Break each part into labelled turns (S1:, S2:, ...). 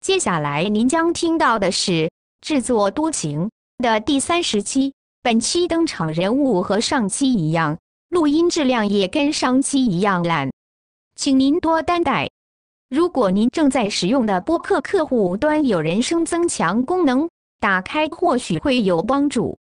S1: 接下来您将听到的是《制作多情》的第三十期。本期登场人物和上期一样，录音质量也跟上期一样烂，请您多担待。如果您正在使用的播客客户端有人声增强功能，打开或许会有帮助。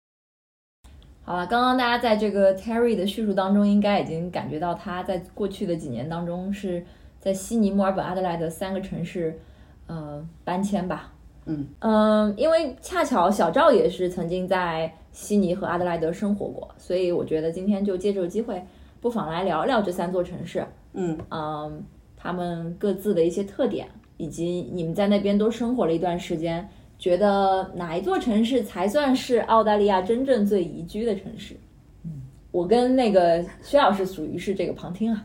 S2: 好吧，刚刚大家在这个 Terry 的叙述当中，应该已经感觉到他在过去的几年当中是在悉尼、墨尔本、阿德莱德三个城市，呃，搬迁吧。
S3: 嗯
S2: 嗯，因为恰巧小赵也是曾经在悉尼和阿德莱德生活过，所以我觉得今天就借这个机会，不妨来聊聊这三座城市，
S3: 嗯
S2: 嗯，他们各自的一些特点，以及你们在那边都生活了一段时间，觉得哪一座城市才算是澳大利亚真正最宜居的城市？我跟那个薛老师属于是这个旁听啊，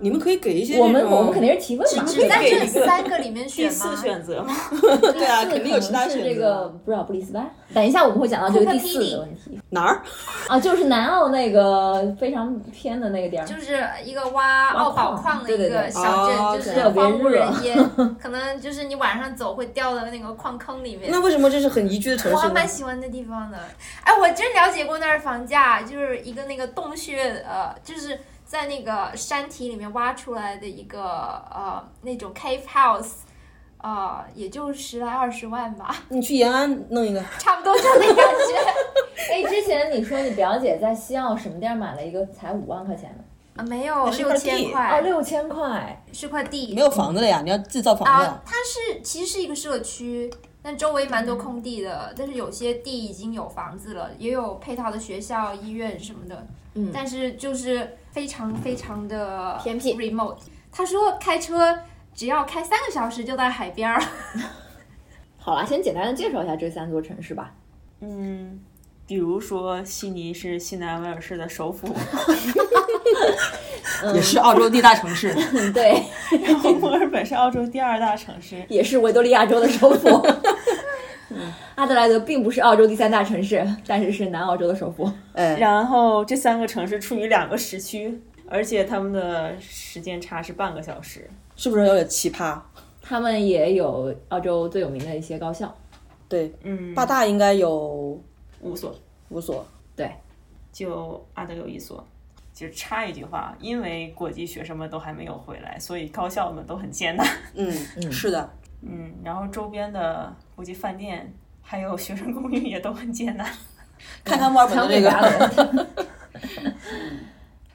S3: 你们可以给一些
S2: 我们
S3: 这种
S2: 我们肯定是提问嘛，
S3: 只
S4: 只在
S3: 给
S4: 这
S3: 一个
S4: 三个里面
S3: 第
S4: 选
S3: 四
S4: 吗？
S3: 选择吗？
S2: 第
S3: 对 啊
S2: 四
S3: 肯定有其
S2: 可
S3: 他
S2: 能是
S3: 选
S2: 这
S3: 择
S2: 个不知道布里斯班，等一下我们会讲到这个第四个问 题
S3: 哪儿？
S2: 啊，就是南澳那个非常偏的那个地儿，
S4: 就是一个挖
S2: 挖
S4: 奥宝
S2: 矿
S4: 矿的
S2: 对
S4: 一
S2: 对
S4: 个
S2: 对
S4: 小镇，
S3: 哦
S4: 就是
S3: 对
S4: 荒
S2: 特
S4: 无
S2: 别热
S4: 人烟， 可能就是你晚上走会掉到那个矿坑里面
S3: 那。为什么这是很宜居的城
S4: 我
S3: 市
S4: 还
S3: 呢
S4: 蛮？喜欢那地方的，哎，我真了解过那儿房价，就是一个那个洞穴，呃，就是在那个山体里面挖出来的一个呃那种 cave house，呃，也就十来二十万吧，
S3: 你去延安弄一个，
S4: 差不多就那感觉。
S2: 哎，之前你说你表姐在西澳什么地儿买了一个才五万块钱的？
S4: 啊，没有
S3: 那是块
S4: 六
S3: 地
S4: 千
S2: 哦，
S4: 块，
S2: 六千块，
S4: 是块地，
S3: 没有房子了
S5: 嗯
S3: 呀，你要自己造房子
S4: 啊
S3: 呀，。
S4: 它是其实是一个社区，但周围蛮多空地的，但是有些地已经有房子了，也有配套的学校、医院什么的，
S2: 嗯
S4: 但是就是非常非常的
S2: 偏僻
S4: remote。他说开车只要开三个小时就到海边儿，
S2: 好啦，先简单的介绍一下这三座城市吧。
S5: 嗯，比如说悉尼是西南威尔士的 首府，
S3: 也是澳洲第一大城 市。
S2: 嗯，对，
S5: 然后墨尔本是澳洲第二大城市，
S2: 也是维多利亚州的首府。 嗯阿德莱德并不是澳洲第三大城市，但是是南澳洲的首府。
S3: 哎，
S5: 然后这三个城市处于两个时区，而且他们的时间差是半个小时。
S3: 是不是有点奇葩？
S2: 他们也有澳洲最有名的一些高校。
S3: 对，
S5: 嗯，
S3: 八大应该有
S5: 五所
S3: 五所。
S5: 就阿德有一所。就插一句话，因为国际学生们都还没有回来，所以高校们都很艰难。
S3: 嗯，是的，
S5: 嗯，然后周边的估计饭店还有学生公寓也都很艰难。
S3: 看看墨尔本的那
S2: 给阿
S3: 个，
S2: 德莱德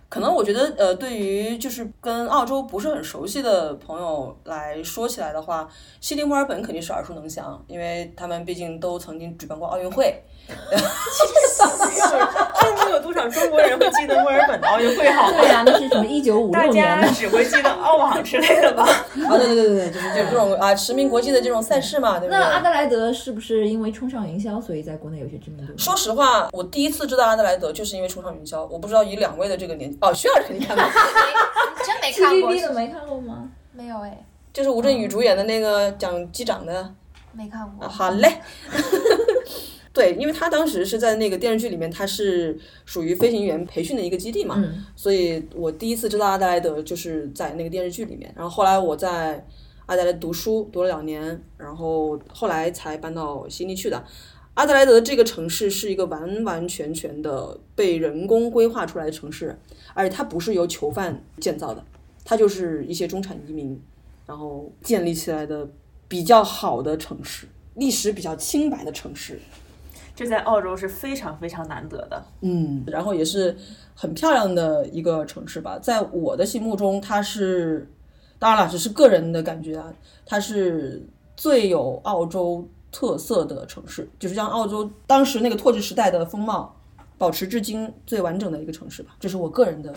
S3: 可能我觉得呃，对于就是跟澳洲不是很熟悉的朋友来说起来的话，悉尼、墨尔本肯定是耳熟能详，因为他们毕竟都曾经举办过奥运会。
S5: 中国有多少中国人会记得墨尔本的奥运会？好吗？
S2: 对呀、啊那是什么？一九五
S5: 大
S2: 六年
S5: 家
S2: 的。
S5: 只会记得澳网之类的吧？
S3: 啊，对对对对，就是就是这种啊，驰名国际的这种赛事嘛，对不
S2: 那阿
S3: 对？
S2: 德莱德是不是因为冲上云霄，所以在国内有些知名度？
S3: 说实话，我第一次知道阿德莱德就是因为《冲上云霄》，我不知道以两位的这个年纪，哦，薛老师肯定看过，
S4: 没真没看过
S2: TVB，的没看过吗？
S4: 没有哎，
S3: 就是吴镇宇主演的那个讲机长的。
S4: 没看过。
S3: 哦好嘞。 对，因为他当时是在那个电视剧里面，他是属于飞行员培训的一个基地嘛，
S2: 嗯
S3: 所以我第一次知道阿德莱德就是在那个电视剧里面。然后后来我在阿德莱德读书读了两年，然后后来才搬到悉尼去的。阿德莱德这个城市是一个完完全全的被人工规划出来的城市，而且它不是由囚犯建造的，它就是一些中产移民然后建立起来的比较好的城市，历史比较清白的城市。
S5: 这在澳洲是非常非常难得的。
S3: 嗯，然后也是很漂亮的一个城市吧，在我的心目中，它是，当然了，只是个人的感觉啊，它是最有澳洲特色的城市，就是让澳洲当时那个拓殖时代的风貌保持至今最完整的一个城市吧，这是我个人的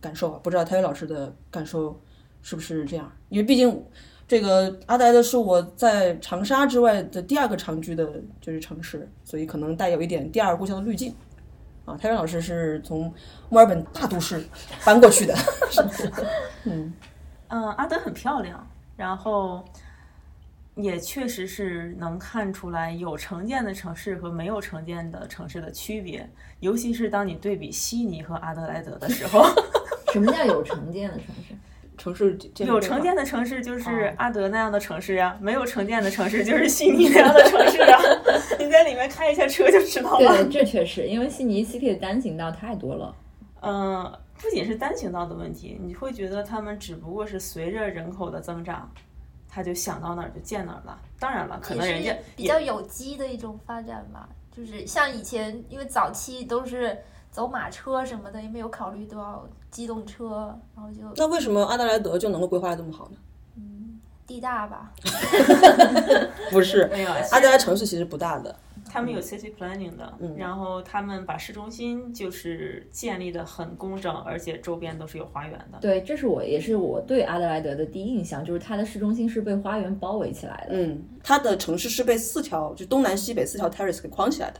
S3: 感受啊，不知道泰宇老师的感受是不是这样？因为毕竟这个阿德莱德是我在长沙之外的第二个长居的，就是城市，所以可能带有一点第二故乡的滤镜。啊，泰源老师是从墨尔本大都市搬过去的，
S5: 嗯，阿德很漂亮，然后也确实是能看出来有城建的城市和没有城建的城市的区别，尤其是当你对比悉尼和阿德莱德的时候，
S2: 什么叫有成见的城市？
S3: 城市建
S5: 有成见的城市
S4: 哦
S5: 就是阿德那样的城市呀，没有成见的城市就是悉尼那样的城市 呀。你在里面开一下车就知道了。
S2: 对，这确实，因为悉尼 City 的单行道太多了。
S5: 嗯、不仅是单行道的问题，你会觉得他们只不过是随着人口的增长，他就想到哪儿就建哪儿了。当然了，可能人家
S4: 也是比较有机的一种发展吧，就是像以前，因为早期都是走马车什么的，也没有考虑到机动车，然后就
S3: 那为什么阿德莱德就能够规划得这么好呢？
S4: 地大吧。
S3: 不是，
S5: 没有啊
S3: 阿德莱城市其实不大的，
S5: 他
S2: 嗯
S5: 们有 city planning 的，然后他们把市中心就是建立的很工整，而且周边都是有花园的。
S2: 对，这是我也是我对阿德莱德的第一印象，就是它的市中心是被花园包围起来的。
S3: 嗯，它的城市是被四条就东南西北四条 terrace 给框起来的，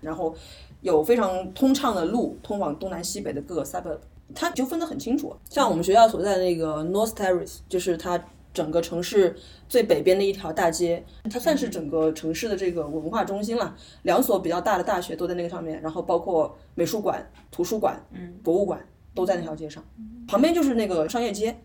S3: 然后有非常通畅的路通往东南西北的各个 suburb，它就分得很清楚。像我们学校所在的那个 North Terrace，就是它整个城市最北边的一条大街，它算是整个城市的这个文化中心了。两所比较大的大学都在那个上面，然后包括美术馆、图书馆、
S5: 嗯，
S3: 博物馆都在那条街上，旁边就是那个商业街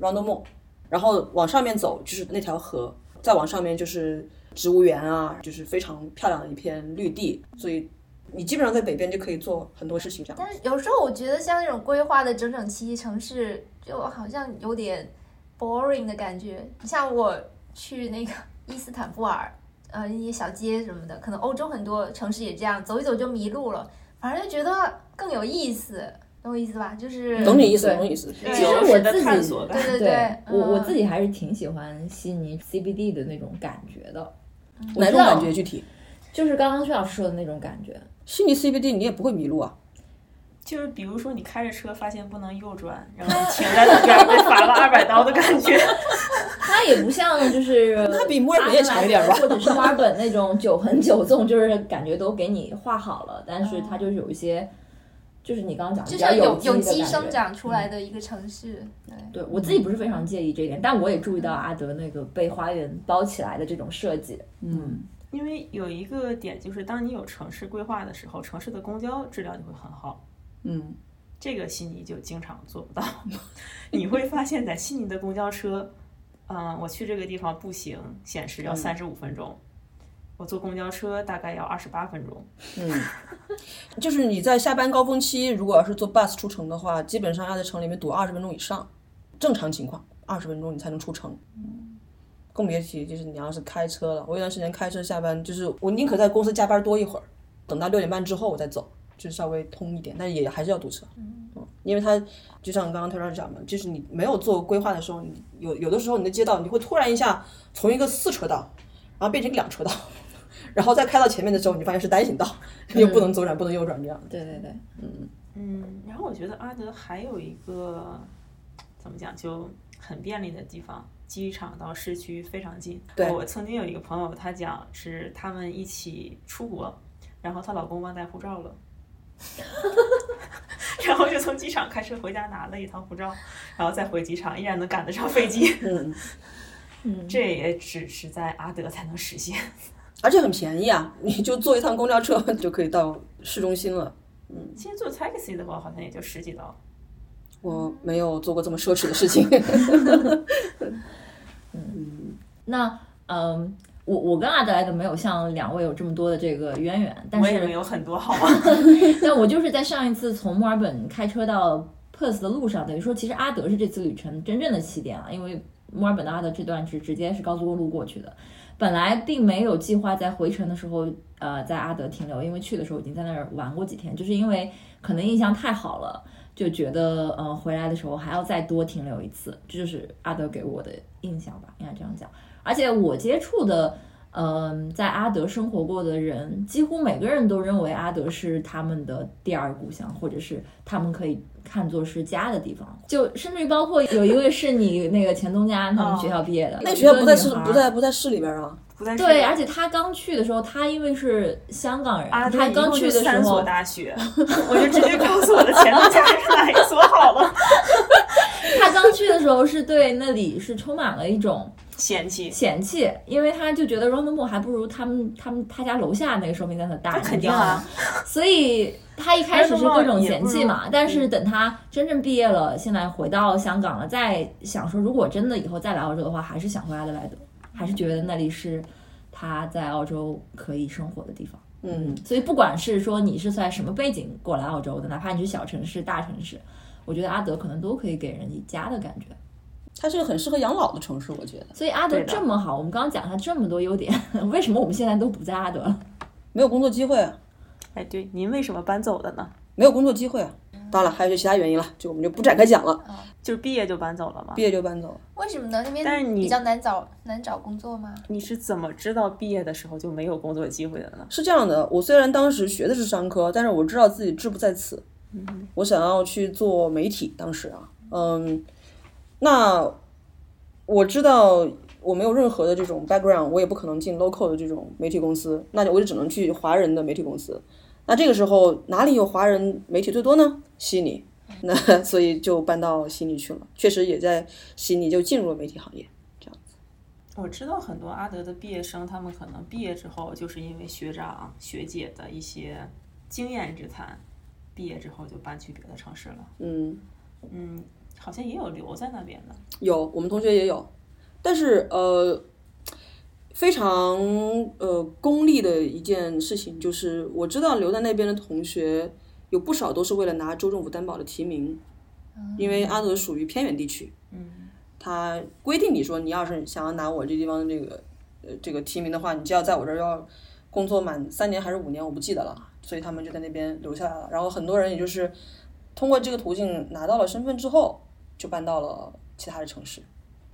S3: Rondo Mall，然后往上面走就是那条河，再往上面就是植物园啊，就是非常漂亮的一片绿地，所以你基本上在北边就可以做很多事情这样。
S4: 但是有时候我觉得像那种规划的整整齐城市，就好像有点 boring 的感觉。像我去那个伊斯坦布尔，呃，一些小街什么的，可能欧洲很多城市也这样，走一走就迷路了，反而就觉得更有意思，懂我意思吧？就是
S3: 懂你意思，
S2: 对
S3: 懂你意思。
S5: 对
S2: 其实
S5: 有
S2: 我
S5: 的
S2: 自己
S5: 探索感
S4: 对对
S2: 我我
S4: 嗯
S2: 自己还是挺喜欢悉尼 CBD 的那种感觉的，
S3: 哪种感觉具体？
S2: 就是刚刚薛老师说的那种感觉。
S3: 悉尼 CBD 你也不会迷路啊。
S5: 就是比如说你开着车发现不能右转，然后停在路边被罚了二百刀的感觉。
S2: 它也不像就是
S3: 它比墨尔本也长一点吧
S2: 阿德莱德或者是墨尔本那种九横九纵，就是感觉都给你画好了，但是它就是有一些，就是你刚刚讲的
S4: 嗯就
S2: 比较
S4: 像有有
S2: 机
S4: 机
S2: 的
S4: 生
S2: 感觉。嗯
S4: 长出来的一个城市，对。
S2: 对我自己不是非常介意这一点，但我也注意到阿德那个被花园包起来的这种设计，
S3: 嗯，
S5: 因为有一个点就是，当你有城市规划的时候，城市的公交质量就会很好。
S3: 嗯，
S5: 这个悉尼就经常做不到。 你会发现在悉尼的公交车，嗯、我去这个地方步行显示要三十五分钟，我坐公交车大概要二十八分钟。
S3: 嗯就是你在下班高峰期，如果要是坐 bus 出城的话，基本上要在城里面堵二十分钟以上，正常情况二十分钟你才能出城。更别提就是你要是开车了，我有段时间开车下班，就是我宁可在公司加班多一会儿，等到六点半之后我再走，就稍微通一点，但也还是要堵车。嗯，因为它就像刚刚推老师讲嘛，就是你没有做规划的时候，你有有的时候你的街道你会突然一下从一个四车道，然后变成一个两车道。 然后再开到前面的时候，你发现是单行道，你又不能左转，不能右转这样。
S2: 嗯对对对，
S5: 嗯，然后我觉得阿德还有一个怎么讲就很便利的地方，机场到市区非常近。
S3: 对
S5: 我曾经有一个朋友，他讲是他们一起出国，然后她老公忘带护照了。 然后就从机场开车回家拿了一趟护照，然后再回机场，依然能赶得上飞机。
S3: 嗯，
S2: 嗯
S5: 这也只是在阿德才能实现。
S3: 而且很便宜啊， 你就坐一趟公交车就可以到市中心了。
S5: 其实坐 taxi 的话，好像也就十几刀。
S3: 我没有做过这么奢侈的事 情。
S2: 那嗯，我我跟阿德莱德没有像两位有这么多的这个渊源，但
S5: 我
S2: 是
S5: 也没有很多，好吗？
S2: 但我就是在上一次从墨尔本开车到 Perth 的路上，等于说其实阿德是这次旅程真正的起点啊了，因为墨尔本到阿德这段是直接是高速公路过去的，本来并没有计划在回程的时候呃在阿德停留，因为去的时候已经在那儿玩过几天，就是因为可能印象太好了。就觉得，呃，回来的时候还要再多停留一次，这就是阿德给我的印象吧，应该这样讲。而且我接触的，嗯，在阿德生活过的人，几乎每个人都认为阿德是他们的第二故乡，或者是他们可以看作是家的地方。就甚至于包括有一位是你那个前东家他们学校毕业的，
S3: 哦那
S2: 有一
S3: 个学校不在
S2: 女
S3: 市，
S2: 孩儿
S3: 不在不在市里边啊。
S5: 不再
S2: 对，而且他刚去的时候，他因为是香港人，
S5: 啊，
S2: 他
S5: 对
S2: 刚
S5: 一共
S2: 去
S5: 就
S2: 的时
S5: 三所
S2: 候，
S5: 大学，我就直接告诉我的前东家是哪一所好了。
S2: 他刚去的时候是对那里是充满了一种
S5: 嫌弃，
S2: 嫌弃，因为他就觉得 Rondomo 还不如他们他们他家楼下那个烧饼店的大，
S5: 那肯定
S2: 你知道
S5: 啊
S2: 吗。所以他一开始是各种嫌弃嘛
S5: Rondomo 也不如，嗯
S2: 但是等他真正毕业了，现在回到香港了，再想说，如果真的以后再来澳洲的话，还是想回阿德莱德，还是觉得那里是他在澳洲可以生活的地方。
S3: 嗯，
S2: 所以不管是说你是在什么背景过来澳洲的，哪怕你是小城市、大城市，我觉得阿德可能都可以给人一家的感觉。
S3: 它是个很适合养老的城市，我觉得
S2: 所以阿德
S5: 对的
S2: 这么好，我们刚刚讲他这么多优点， 为什么我们现在都不在阿德了？
S3: 没有工作机会啊，
S5: 哎，对，您为什么搬走的呢？
S3: 没有工作机会啊。当然了，还有一些其他原因了，就我们就不展开讲
S2: 啊
S3: 了。
S5: 就是毕业就搬走了吗
S3: 毕？业就搬走了，
S4: 为什么呢？那
S5: 但是
S4: 边
S5: 你
S4: 比较难找难找工作吗？
S5: 你是怎么知道毕业的时候就没有工作机会的呢？
S3: 是这样的。我虽然当时学的是商科，但是我知道自己志不在此，我想要去做媒体。当时啊，嗯，那我知道我没有任何的这种 background，我也不可能进 local 的这种媒体公司，那就我就只能去华人的媒体公司。那这个时候哪里有华人媒体最多呢？悉尼。那 所以就搬到悉尼去了，确实也在悉尼就进入了媒体行业。
S5: 我知道很多阿德的毕业生，他们可能毕业之后就是因为学长学姐的一些经验之谈，毕业之后就搬去别的城市了。
S3: 嗯，
S5: 嗯，好像也有留在那边的。
S3: 有，我们同学也有，但是呃，非常呃功利的一件事情就是，我知道留在那边的同学有不少都是为了拿州政府担保的提名，因为阿德属于偏远地区，
S5: 嗯，
S3: 他规定你说你要是想要拿我这地方的这个呃这个提名的话，你就要在我这儿要工作满三年还是五年，我不记得了，所以他们就在那边留下来了。然后很多人也就是通过这个途径拿到了身份之后，就搬到了其他的城市，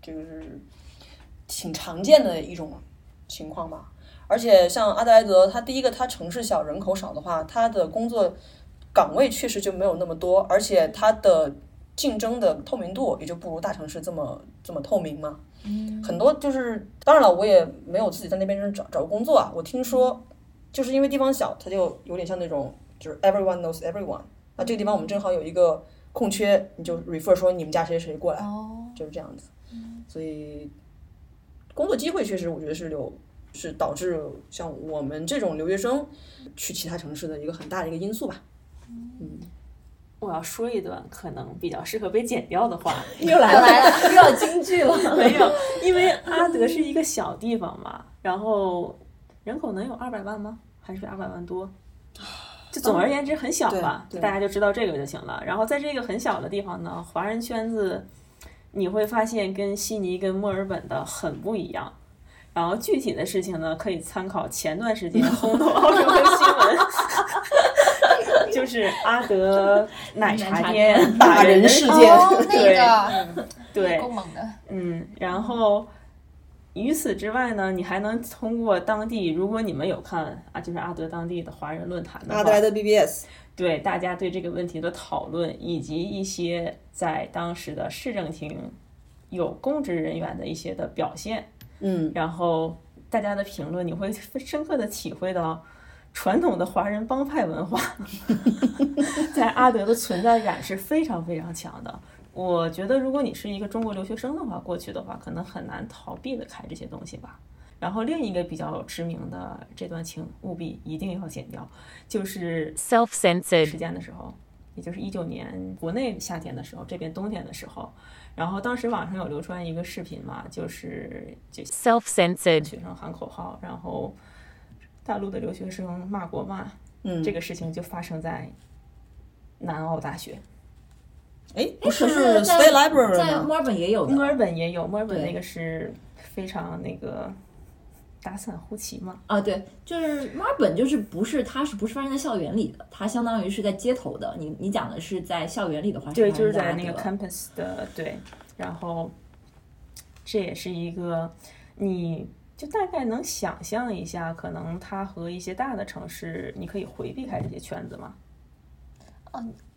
S3: 这个是挺常见的一种情况吧。而且像阿德莱德，它第一个它城市小，人口少的话，它的工作岗位确实就没有那么多，而且它的竞争的透明度也就不如大城市这么这么透明嘛。很多就是，当然了，我也没有自己在那边找找工作啊。我听说，就是因为地方小，它就有点像那种就是 everyone knows everyone。那这个地方我们正好有一个空缺，你就 refer 说你们家谁谁过来，
S4: 哦，
S3: 就是这样子。所以工作机会确实我觉得是留是导致像我们这种留学生去其他城市的一个很大的一个因素吧。
S5: 我要说一段可能比较适合被剪掉的话，
S2: 又来了，
S5: 哎
S2: 又要京剧了。
S5: 没有， 因为阿德是一个小地方嘛，然后人口能有二百万吗？还是比二百万多？就总而言之很小
S3: 嗯
S5: 吧，
S3: 对对
S5: 大家就知道这个就行了。然后在这个很小的地方呢，华人圈子你会发现跟悉尼、跟墨尔本的很不一样。然后具体的事情呢，可以参考前段时间轰动澳洲的新闻， 就是阿德奶茶店
S3: 打人
S5: 人
S3: 事件
S4: 哦，
S5: 对
S4: 那个
S5: 对，
S4: 够猛的，
S5: 嗯，然后与此之外呢，你还能通过当地，如果你们有看啊，就是阿德当地的华人论坛 的
S3: 阿德莱
S5: 话，
S3: 德 BBS，
S5: 对大家对这个问题的讨论，以及一些在当时的市政厅有公职人员的一些的表现，
S3: 嗯，
S5: 然后大家的评论，你会深刻的体会到。传统的华人帮派文化 在阿德的存在感是非常非常强的。我觉得，如果你是一个中国留学生的话，过去的话可能很难逃避的开这些东西吧。然后另一个比较知名的这段情，务必一定要剪掉，就是时
S1: self-censored
S5: 间的时候，也就是一九年国内夏天的时候，这边冬天的时候，然后当时网上有流传一个视频嘛，就是就
S1: self-censored
S5: 学生喊口号，然后大陆的留学生骂国骂，
S3: 嗯
S5: 这个事情就发生在南澳大学，
S3: 哎，不是
S2: 是在
S3: State Library
S2: 在
S3: 吗？
S2: 墨尔本也有的，
S5: 墨尔本也有，墨尔本
S2: 对
S5: 那个是非常那个打散呼旗嘛，
S2: 啊，对，就是墨尔本，就是不是它是不是发生在校园里的，它相当于是在街头的。你你讲的是在校园里的话，
S5: 对，
S2: 发
S5: 就是
S2: 生
S5: 在
S2: 在
S5: 那个
S2: 阿德
S5: campus 的对，然后这也是一个你。就大概能想象一下，可能它和一些大的城市，你可以回避开这些圈子嘛？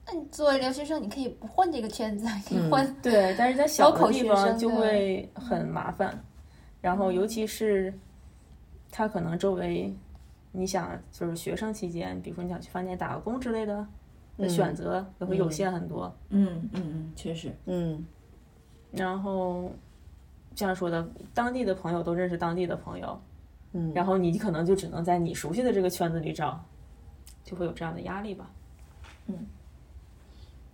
S4: 那你作为留学生，你可以不混这个圈子，可
S3: 嗯
S4: 以混。
S5: 对，但是在小
S4: 高
S5: 的嗯
S4: 考
S5: 地
S4: 学
S5: 方
S4: 生
S5: 就
S4: 的
S5: 会很麻烦，然后尤其是他可能周围，你想就是学生期间，比如说你想去饭店打个嗯工之类的，的选择也会有限很多。
S2: 嗯嗯嗯，确实，
S3: 嗯，
S5: 然后像说的，当地的朋友都认识当地的朋友，嗯，然后你可能就只能在你熟悉的这个圈子里找，就会有这样的压力吧。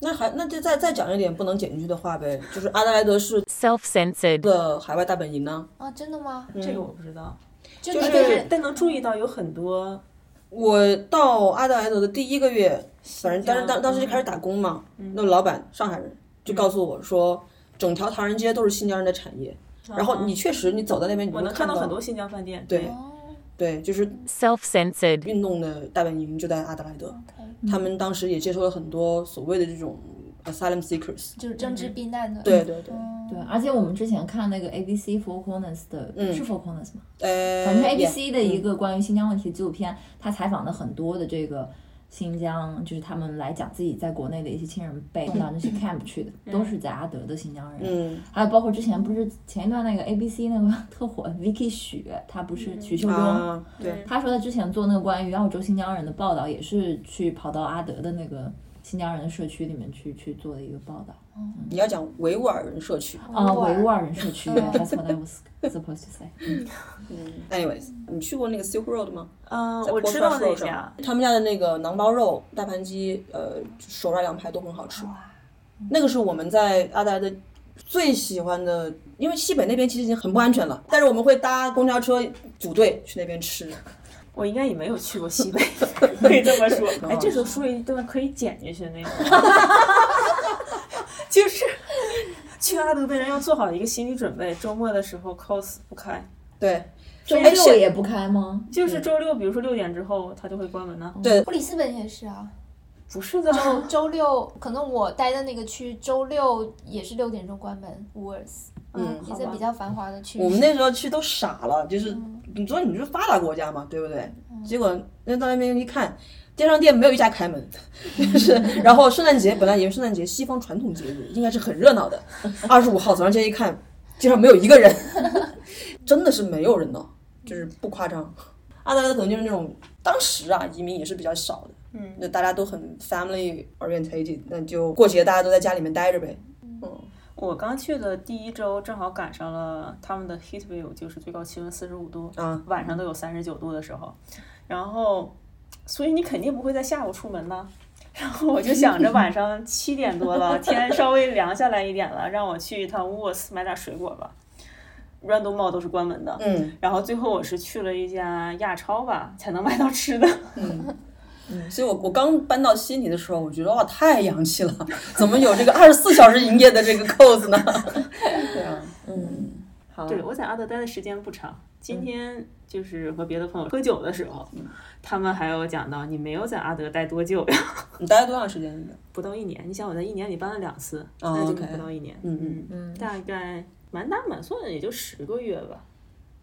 S3: 那还那就再再讲一点不能剪进去的话呗，就是阿德莱德市
S1: self-censored
S3: 的海外大本营呢，
S4: 哦，真的吗？
S5: 这个我不知道，
S4: 就
S3: 嗯就
S4: 你
S3: 是
S4: 就是
S5: 但能注意到有很多
S3: 我到阿德莱德的第一个月，反正当时当当
S5: 嗯
S3: 时就开始打工嘛，那老板上海人就告诉我说，整条唐人街都是新疆人的产业。然后你确实你走在那边，你
S5: 啊我
S3: 会
S5: 能看
S3: 到
S5: 到很多新疆饭店，
S3: 对
S4: 哦
S3: 对，就是
S1: self-censored
S3: 运动的大本营就在阿德莱德，
S4: ，OK，
S5: 嗯
S3: 他们当时也接收了很多所谓的这种 asylum seekers。
S5: 嗯
S4: 就是政治避难的，
S3: 嗯对对对，
S4: 嗯，
S2: 对，而且我们之前看那个 ABC Four Corners 的，
S5: 嗯
S2: 是 Four Corners 吗？
S3: 呃，
S2: 反正
S3: yeah，
S2: ABC 的一
S3: 嗯
S2: 个关于新疆问题的纪录片，他采访了很多的这个新疆，就是他们来讲自己在国内的一些亲人被送到那些 camp 去的，都是在阿德的新疆人。
S3: 嗯
S2: 还有包括之前不是前一段那个 ABC 那个 特火 Vicky 许，她不是许秀
S5: 嗯
S2: 忠，
S3: 啊，对，
S2: 她说她之前做那个关于澳洲新疆人的报道，也是去跑到阿德的那个新疆人的社区里面去去做的一个报道。
S3: 你要讲维吾尔人社区。
S2: 啊，
S4: 维
S2: 维吾
S4: 吾
S2: 尔人社 区，That's what I was supposed to say。
S3: 嗯 Anyways，你去过那个 Silk Road 吗？
S5: 嗯，
S3: 在
S5: 我
S3: Portland
S5: 知道那
S3: Road 上
S5: 家，
S3: 他们家的那个馕包肉、大盘鸡，呃，手抓羊排都很好吃。那个是我们在阿德莱德最喜欢的，因为西北那边其实已经很不安全了，但是我们会搭公交车组队去那边吃。
S5: 我应该也没有去过西 北，可以这么说。
S3: 好
S5: 哎，这时候说一段可以剪进去的内容， 就是去阿德的人要做好一个心理准备，周末的时候 cos 不开，
S3: 对，
S2: 周
S3: 哎
S2: 六
S3: 是
S2: 也不开吗？
S5: 就是周六，比如说六点之后，他就会关门呢、
S4: 布里斯本也是啊。
S5: 不是的，
S4: 周 周六，可能我待的那个区周六也是六点钟关门，Woolworths，
S3: 嗯
S4: 也在比较繁华的区域。
S3: 我们那时候去都傻了，就是你说你是发达国家嘛，对不对？结果那到那边一看，电商店没有一家开门， 就是然后圣诞节本来以为圣诞节西方传统节日应该是很热闹的，二十五号早上街一看，街上没有一个人， 真的是没有人呢，就是不夸张。阿德莱德可能就是那种当时啊移民也是比较少的，嗯，那大家都很 family orientated，那就过节大家都在家里面待着呗，
S5: 我刚去的第一周正好赶上了他们的 heat wave，就是最高气温四十五度，
S3: 啊
S5: 晚上都有三十九度的时候，然后，所以你肯定不会在下午出门呢。然后我就想着晚上七点多了，天稍微凉下来一点了，让我去一趟 Woolworths 买点水果吧。Random Mall 都是关门的，
S3: 嗯
S5: 然后最后我是去了一家亚超吧，才能买到吃的。
S3: 所以我我刚搬到悉尼的时候，我觉得哇太洋气了，怎么有这个二十四小时营业的这个扣子呢？ 对啊，嗯，好，
S5: 对，我在阿德待的时间不长。今天就是和别的朋友喝酒的时候，
S3: 嗯
S5: 他们还有讲到你没有在阿德待多久呀？
S3: 你待了多长时间？
S5: 不到一年。你想我在一年里搬了两次，
S3: 哦
S5: 那就
S3: OK
S5: 不到一年。
S3: 嗯
S5: 嗯，大概满打满算也就十个月吧。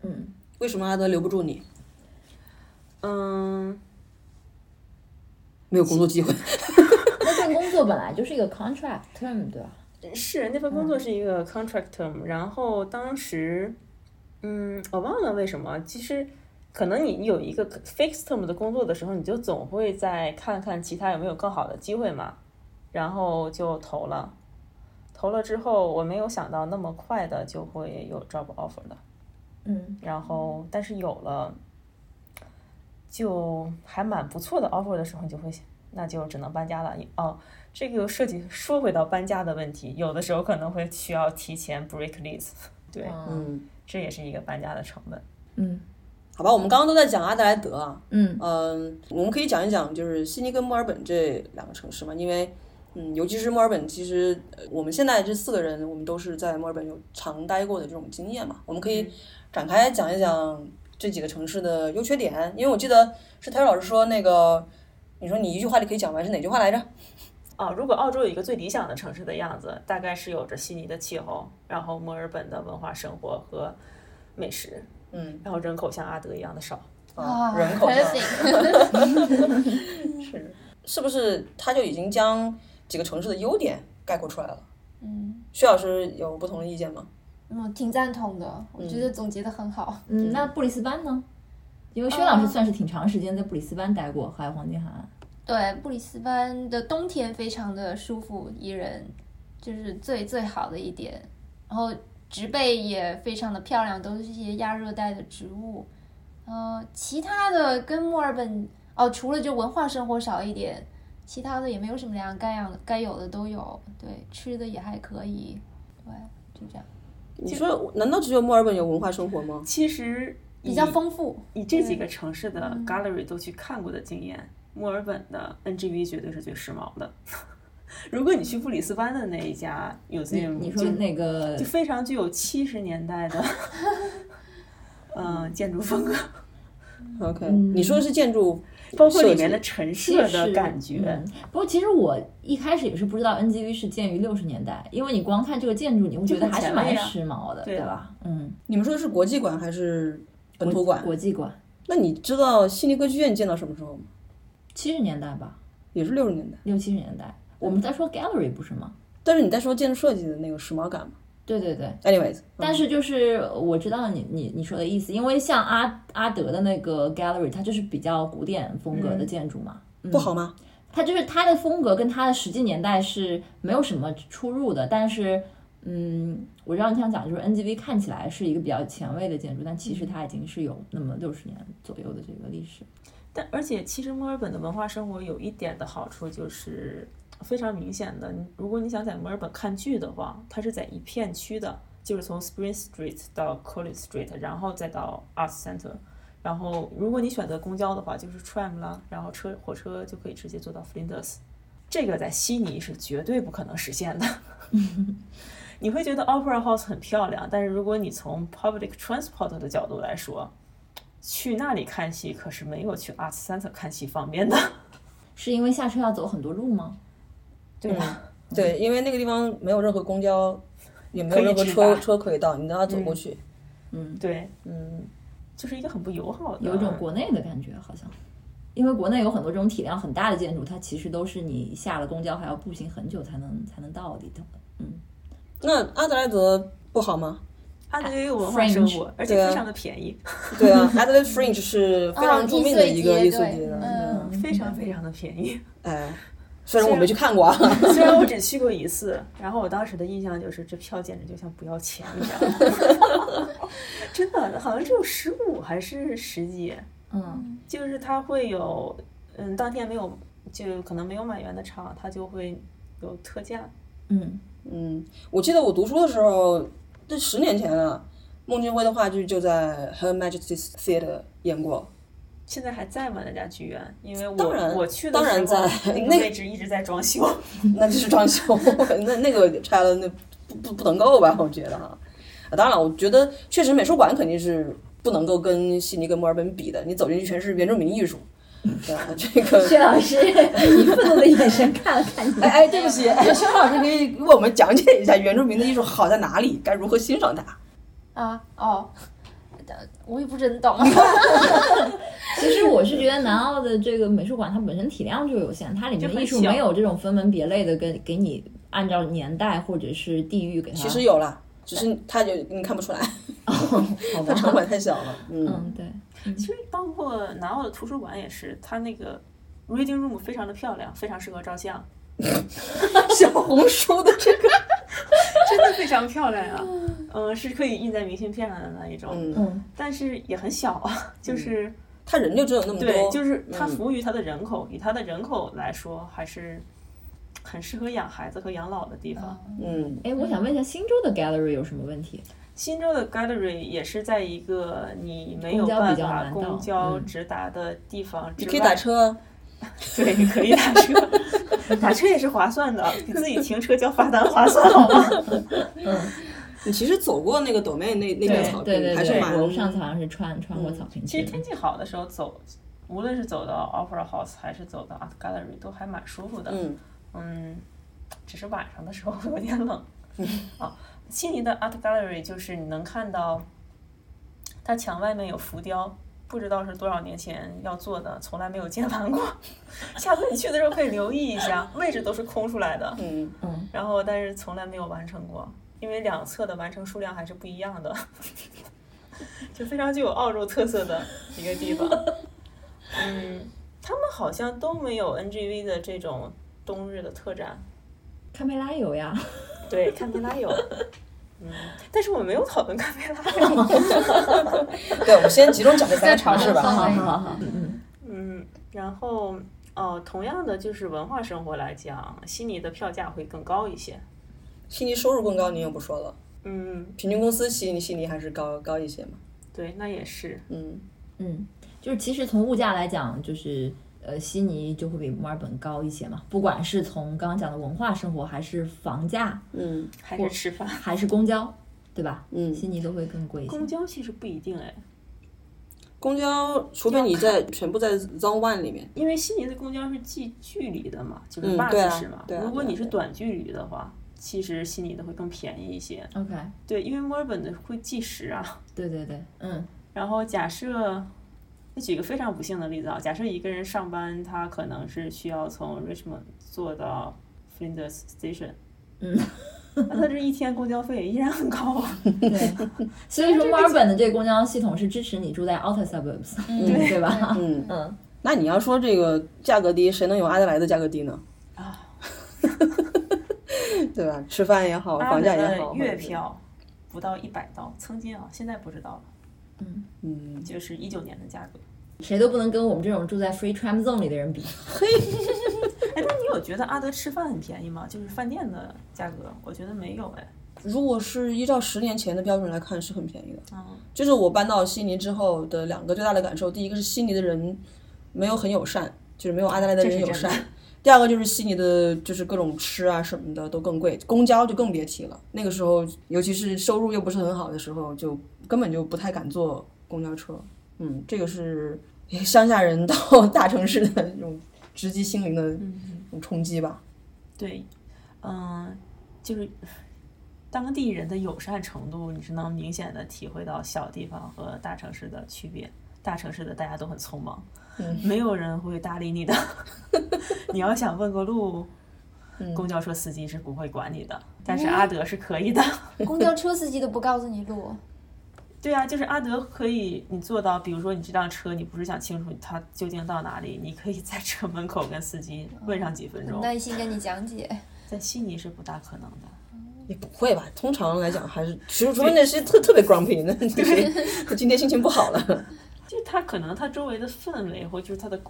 S2: 嗯，
S3: 为什么阿德留不住你？
S5: 嗯，
S3: 没有工作机会。
S2: 那份工作本来就是一个 contract term，对吧？
S5: 是那份工作是一个 contract term，、然后当时，嗯，我忘了为什么，其实。可能你有一个 fixed term 的工作的时候，你就总会再看看其他有没有更好的机会嘛，然后就投了，投了之后我没有想到那么快的就会有 job offer 的，
S2: 嗯，
S5: 然后但是有了，就还蛮不错的 offer 的时候，你就会想，那就只能搬家了。哦，这个又涉及说回到搬家的问题，有的时候可能会需要提前 break lease，对，
S3: 嗯，
S5: 这也是一个搬家的成本。
S3: 好吧，我们刚刚都在讲阿德莱德啊，
S2: 嗯
S3: 嗯，我们可以讲一讲就是悉尼跟墨尔本这两个城市嘛，因为嗯，尤其是墨尔本，其实呃我们现在这四个人，我们都是在墨尔本有常待过的这种经验嘛，我们可以展开讲一讲这几个城市的优缺点，因为我记得是泰瑞老师说那个，你说你一句话就可以讲完是哪句话来着？
S5: 啊，如果澳洲有一个最理想的城市的样子，大概是有着悉尼的气候，然后墨尔本的文化生活和美食，
S3: 嗯，
S5: 然后人口像阿德一样的少。
S3: 啊
S4: 啊
S3: 人口上
S4: perfect
S3: 是是不是他就已经将几个城市的优点概括出来了？
S4: 嗯，
S3: 薛老师有不同的意见吗？
S4: 我嗯挺赞同的，我觉得总结的很好。
S2: 嗯，那布里斯班呢？因为薛老师算是挺长时间在布里斯班待过，还有黄金海岸。
S4: 对，布里斯班的冬天非常的舒服宜人，就是最最好的一点。然后植被也非常的漂亮，都是一些亚热带的植物。呃，其他的跟墨尔本哦，除了就文化生活少一点，其他的也没有什么两样，该样该有的都有。对，吃的也还可以，对，就这样，
S3: 你说难道只有墨尔本有文化生活吗？
S5: 其实
S4: 比
S5: 以
S4: 较丰富。
S5: 以这几个城市的 gallery 都去看过的经验，墨尔本的 NGV 绝对是最时髦的。 如果你去布里斯班的那一家 museum，
S2: 你说
S5: 就
S2: 那个
S5: 就非常具有七十年代的，嗯，建筑风格，
S3: OK，、你说的是建筑，
S5: 包括
S3: 设
S5: 里
S3: 计
S5: 面的陈设的感觉
S2: 嗯。不过其实我一开始也是不知道 NGV 是建于六十年代，因为你光看这个建筑，你会觉得还是蛮时髦的，
S5: 对
S2: 对
S5: 啊
S2: 吧？嗯，
S3: 你们说的是国际馆还是本土馆？
S2: 国际馆，
S3: 那你知道悉尼歌剧院建到什么时候吗？
S2: 七十年代吧，
S3: 也是六十年代。
S2: 六七十年代。我们在说 gallery 不是吗？
S3: 但是你在说建筑设计的那个时髦感嘛
S2: 对对对，
S3: ？Anyways，嗯
S2: 但是就是我知道你你你说的意思，因为像阿阿德的那个 gallery，它就是比较古典风格的建筑嘛，嗯
S3: 不好吗？
S2: 它就是它的风格跟它的实际年代是没有什么出入的，但是。嗯，我知道你想讲，就是 NGV 看起来是一个比较前卫的建筑，但其实它已经是有那么六十年左右的这个历史。
S5: 但而且，其实墨尔本的文化生活有一点的好处就是非常明显的，你如果你想在墨尔本看剧的话，它是在一片区的，就是从 Spring Street 到 Collins Street，然后再到 Art Center。然后，如果你选择公交的话，就是 tram 啦，然后车火车就可以直接坐到 Flinders。这个在悉尼是绝对不可能实现的。你会觉得 Opera House 很漂亮，但是如果你从 public transport 的角度来说，去那里看戏可是没有去 Art Center 看戏方便的，
S2: 是因为下车要走很多路吗？
S5: 对吧？
S3: 对，因为那个地方没有任何公交，也没有任何
S5: 可以直
S3: 车
S5: 达
S3: 车可以到，你都要走过去。
S5: 对，嗯，就是一个很不友好的，
S2: 有一种国内的感觉，好像，因为国内有很多这种体量很大的建筑，它其实都是你下了公交还要步行很久才能才能到里头的。嗯，
S3: 那阿德莱德不好吗？
S5: 它的也有文化生活，而且
S3: 对啊
S5: 非常的便宜，
S3: 对啊，阿德莱德 Fringe 是非
S4: 哦
S3: 常著名的一个
S4: 艺
S3: 艺
S4: 术
S3: 术
S4: 啊节
S3: 节
S4: 对
S3: 呢。
S4: 嗯
S5: 非常非常的便宜。
S3: 哎，虽然我没去看过啊，
S5: 虽然我只去过一次，然后我当时的印象就是这票简直就像不要钱一样， 真的好像只有十五还是十几，
S2: 嗯，
S5: 就是它会有，嗯，当天没有就可能没有满员的场，它就会有特价。
S2: 嗯，
S3: 嗯，我记得我读书的时候，这十年前了，孟京辉的话剧就在 Her Majesty's Theatre 演 过。
S5: 现在还在吗？那家剧院？因为
S3: 当
S5: 我
S3: 然
S5: 我去的
S3: 当
S5: 时候，
S3: 然在
S5: 那
S3: 那
S5: 个位置一直在装修。
S3: 那就是装修，那那个拆了，那不不不能够吧？我觉得哈。啊当然了，我觉得确实美术馆肯定是不能够跟悉尼、跟墨尔本比的，你走进去全是原住民艺术。
S2: 嗯
S3: 对啊，这
S2: 薛
S3: 个，
S2: 老师以愤怒的眼神看了看你。
S3: 哎哎，对不起，哎肖老师可以为我们讲解一下原住民的艺术好在哪里，该如何欣赏它。
S4: 啊哦，我也不真懂。
S2: 其实我是觉得南澳的这个美术馆，它本身体量就有限，它里面
S5: 就
S2: 艺
S5: 很
S2: 术
S5: 小
S2: 没有这种分门别类的跟给你按照年代或者是地域给它。
S3: 其实有啦，只是它有你看不出来，
S2: 啊哦好 吧，
S3: 它场馆太小了。嗯，
S2: 嗯，对，
S5: 其实包括南澳的图书馆也是，它那个 reading room 非常的漂亮，非常适合照相，
S3: 小红书的这个，
S5: 真的非常漂亮啊。嗯，是可以印在明信片上的那一种，
S3: 嗯，
S2: 嗯
S5: 但是也很小啊，就是、
S3: 它人就只有那么多，
S5: 对，就是它
S3: 嗯
S5: 服务于它的人口，以它的人口来说，还是很适合养孩子和养老的地方。
S3: 嗯，
S2: 哎，我想问一下，新州的 gallery 有什么问题？
S5: 新州的 gallery 也是在一个你没有
S2: 公交
S5: 办
S2: 比较
S5: 法
S2: 难到
S5: 公交
S2: 嗯
S5: 直达的地方之
S3: 你
S5: 外，
S3: 可以打车啊，
S5: 对，你可以打车， 打车也是划算的，比自己停车交罚单划算好吗？
S3: 你其实走过那个 domain 那那片草
S2: 对对
S3: 坪，还是
S2: 对，
S3: 蛮嗯
S2: 我上次好像是穿穿过草坪
S5: 其
S2: 去
S5: 实
S2: 的
S5: 天。气好的时候走，无论是走到 Opera House 还是走到 Art Gallery 都还蛮舒服的。
S3: 嗯
S5: 嗯只是晚上的时候会有点 冷。啊，悉尼的 Art Gallery 就是你能看到，它墙外面有浮雕，不知道是多少年前要做的，从来没有 见完过。下次你去的时候可以留意一下，位置都是空出来的。
S3: 嗯，
S5: 然后但是从来没有完成过，因为两侧的完成数量还是不一样的，就非常具有澳洲特色的一个地方。嗯，他们好像都没有 NGV 的这种冬日的特展，
S2: 堪培拉有呀，
S5: 对，堪培拉有，嗯但是我们没有讨论堪培拉。
S3: 对，我们先集中讲这三 个
S4: 再讨
S3: 城
S4: 论
S3: 市吧。
S4: 氛围
S3: 哈
S2: 好好好，
S5: 嗯，然后哦，同样的就是文化生活来讲，悉尼的票价会更高一些。
S3: 悉尼收入更高，您又不说了，
S5: 嗯，
S3: 平均工资悉尼悉尼还是高高一些嘛？
S5: 对，那也是。
S3: 嗯，
S2: 嗯， 就是其实从物价来讲，就是呃，悉尼就会比墨尔本高一些嘛，不管是从刚刚讲的文化生活，还是房价，
S3: 嗯
S5: 还是 吃饭。
S2: 还是公交，对吧？
S3: 嗯
S2: 悉尼都会更贵一些
S5: 公。交其实不一定哎，
S3: 公交，除非你在全部在 Zone One 里面，
S5: 因为悉尼的公交是计距离的嘛，就是
S3: 嗯
S5: bus
S3: 对啊
S5: 是嘛。
S3: 对啊
S5: 如果
S3: 对啊
S5: 你是
S3: 对啊
S5: 短距离的话，其实悉尼的会更便宜一些。
S2: OK，
S5: 对，因为墨尔本的会计时啊。
S2: 对对对，嗯
S5: 然后假设，举一个非常不幸的例子啊，假设一个人上班，他可能是需要从 Richmond 坐到 Flinders Station，
S2: 嗯，
S5: 那他这一天公交费依然很高 啊。
S2: 对。所以说，墨尔本的哎这个公交系统是支持你住在 outer suburbs，对 对吧？
S3: 嗯，
S2: 嗯，
S3: 那你要说这个价格低，谁能有阿德莱的价格低呢？
S5: 啊，
S3: 对吧？吃饭也好，
S5: 阿
S3: 房
S5: 德
S3: 价
S5: 莱
S3: 也
S5: 的
S3: 好，
S5: 月，票不到一百刀，曾经啊，现在不知道了，
S3: 嗯，
S5: 就是一九年的价格。
S2: 谁都不能跟我们这种住在 free tram zone 里的人比。
S5: 哎，但你有觉得阿德吃饭很便宜吗？就是饭店的价格，我觉得没有哎。
S3: 如果是依照十年前的标准来看，是很便宜的。
S5: 嗯，
S3: 就是我搬到悉尼之后的两个最大的感受，第一个是悉尼的人没有很友善，就是没有阿德莱德
S5: 这
S3: 人
S5: 是
S3: 友
S5: 真的
S3: 善。第二个就是悉尼的，就是各种吃啊什么的都更贵，公交就更别提了。那个时候，尤其是收入又不是很好的时候，就根本就不太敢坐公交车。嗯，这个是乡下人到 大城市的这种直击心灵的
S5: 嗯
S3: 这种冲击吧。
S5: 对，嗯，就是当地人的友善程度，你是能明显的体会到小地方和大城市的区别。大城市的大家都很匆忙，
S3: 嗯
S5: 没有人会搭理你的。 你要想问个路，公交车司机是不会管你的，但是阿德是可以的。
S4: 公交车司机都不告诉你路，
S5: 对啊，就是阿德可以，你做到，比如说你这辆车，你不是想清楚它究竟到哪里，你可以在车门口跟司机问上几分钟。
S4: 耐心跟你讲解。
S5: 在悉尼是不大可能的。
S3: 也不会吧？通常来讲还是，除除非那些特特别 grumpy，那就是今天心情不好了。嗯
S5: 就是它可能它周围的氛围，或者就是它的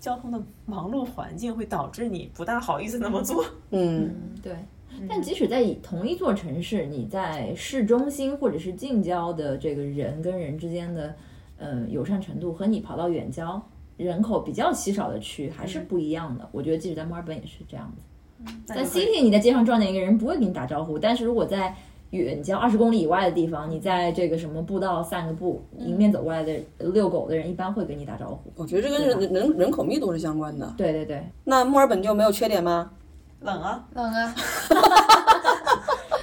S5: 交通的忙碌环境，会导致你不大好意思那么做。
S3: 嗯
S2: 对。
S5: 嗯
S2: 但即使在以同一座城市，你在市中心或者是近郊的这个人跟人之间的，嗯，友善程度和你跑到远郊人口比较稀少的区还是不一样的。我觉得即使在墨尔本也是这样子。
S5: 嗯那
S2: 在
S5: 就会
S2: city 你在街上撞见一个人不会跟你打招呼，但是如果在远郊二十公里以外的地方，你在这个什么步道散个步，迎
S5: 嗯
S2: 面走过来的遛狗的人一般会跟你打招呼。
S3: 我觉得这跟人人人口密度是相关的。
S2: 对对对，
S3: 那墨尔本就没有缺点吗？
S5: 冷啊，
S4: 冷啊，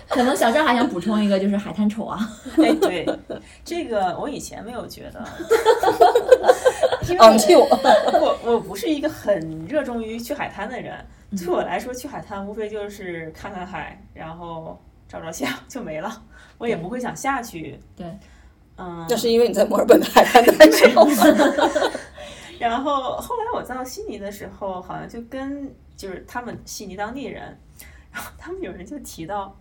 S2: 可能小赵还想补充一个，就是海滩丑 啊，
S5: 哎，对，这个我以前没有觉 得，因为
S3: on Q，
S5: 我我不是一个很热衷于去海滩的人，对我来说去海滩无非就是看看海，然后照照相就没了，我也不会想下去。
S2: 对，
S5: 嗯，
S3: 那是因为你在墨尔本的海滩太少。
S5: 然后后来我到悉尼的时候，好像就跟就是他们悉尼当地人，然后他们有人就提到，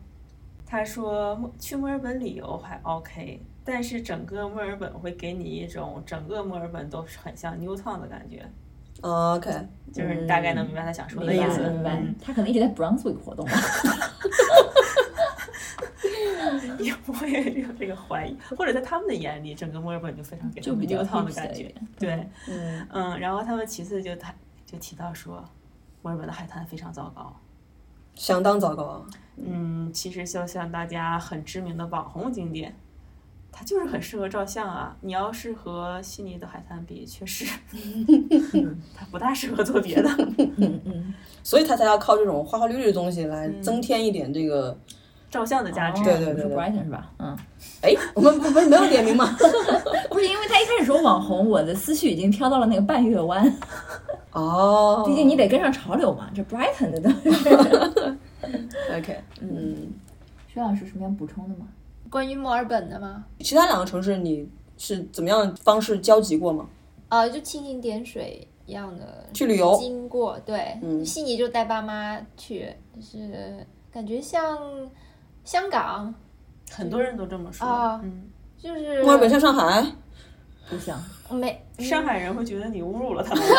S5: 他说墨去墨尔本旅游还 OK，但是整个墨尔本会给你一种整个墨尔本都是很像 Newtown 的感觉，
S3: OK，
S5: 就是你大概能明白他想说的
S2: 明
S5: 意
S2: 白
S5: 思。
S2: 明白
S5: 嗯，
S2: 他可能一直在 Brunswick 活动。啊
S5: 也不会有这个怀疑，或者在他们的眼里，整个墨尔本就非常给他
S2: 就
S5: 们
S2: 比较
S5: 流淌的
S2: hipster
S5: 感
S2: 一
S5: 觉
S2: 点。
S5: 对，
S3: 嗯，
S5: 嗯，然后他们其次就谈就提到说，墨尔本的海滩非常糟糕。
S3: 相当糟糕啊。
S5: 嗯，其实就像大家很知名的网红景点，它就是很适合照相啊。你要是和悉尼的海滩比，确 实，它不大适合做别的。
S3: 所以他才要靠这种花花绿绿的东西来增添一点这个。
S5: 照相的价值，
S3: 对对对
S2: 你说 Brighton 是吧？嗯，
S3: 哎，我们不不是没有点名吗？
S2: 不是因为他一开始说网红，我的思绪已经飘到了那个半月湾，
S3: 哦，
S2: 毕竟你得跟上潮流嘛。这 Brighton 的都是。
S3: OK，嗯，
S2: 薛老师有什么要补充的吗？
S4: 关于墨尔本的吗？
S3: 其他两个城市你是怎么样方式交集过吗？
S4: 啊，就蜻蜓点水一样的
S3: 去旅游
S4: 经过，对，悉尼就带爸妈去，就是感觉像香港，
S5: 很多人都这么说。
S4: 啊
S5: 嗯，
S2: 就是
S3: 墨尔本像上海，
S2: 不像，
S4: 没
S5: 上海人会觉得你侮辱了他们。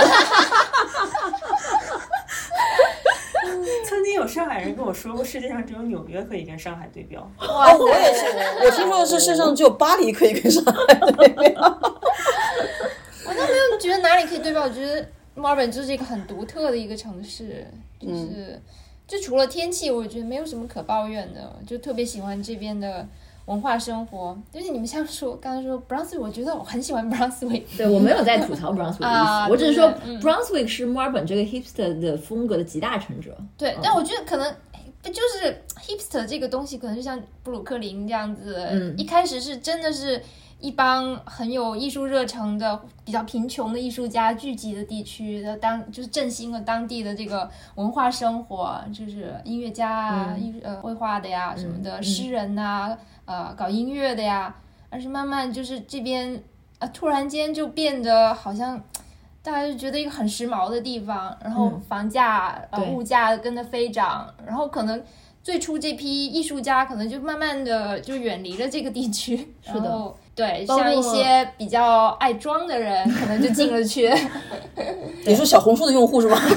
S5: 曾经有上海人跟我说过，世界上只有纽约可以跟上海对标。
S4: 哇
S3: 哦，
S4: 塞
S3: 我也是，我听说的是世界上只有巴黎可以跟上海对标。
S4: 我倒没有觉得哪里可以对标，我觉得墨尔本就是一个很独特的一个城市，就是、就除了天气，我觉得没有什么可抱怨的，就特别喜欢这边的文化生活。就是你们像说刚才说 Brunswick，我觉得我很喜欢 Brunswick，
S2: 对我没有在吐槽 Brunswick 的意
S4: 啊
S2: 思，我只是说
S4: 对嗯
S2: Brunswick 是墨尔本这个 hipster 的风格的集大成者。
S4: 对，但我觉得可能。哎就是 hipster 这个东西，可能就像布鲁克林这样子，
S2: 嗯
S4: 一开始是真的是一帮很有艺术热忱的、比较贫穷的艺术家聚集的地区，的当就是振兴了当地的这个文化生活，就是音乐家啊、艺术呃绘画的呀什么的，
S2: 嗯
S4: 诗人呐、呃搞音乐的呀，而是慢慢就是这边啊突然间就变得好像。大家就觉得一个很时髦的地方，然后
S2: 嗯
S4: 房价、呃
S2: 对
S4: 物价跟着飞涨，然后可能最初这批艺术家可能就慢慢的就远离了这个地区，
S2: 是的
S4: 然后对，
S2: 包括
S4: 像一些比较爱装的人，可能就进了去，
S3: 你说小红书的用户是吧？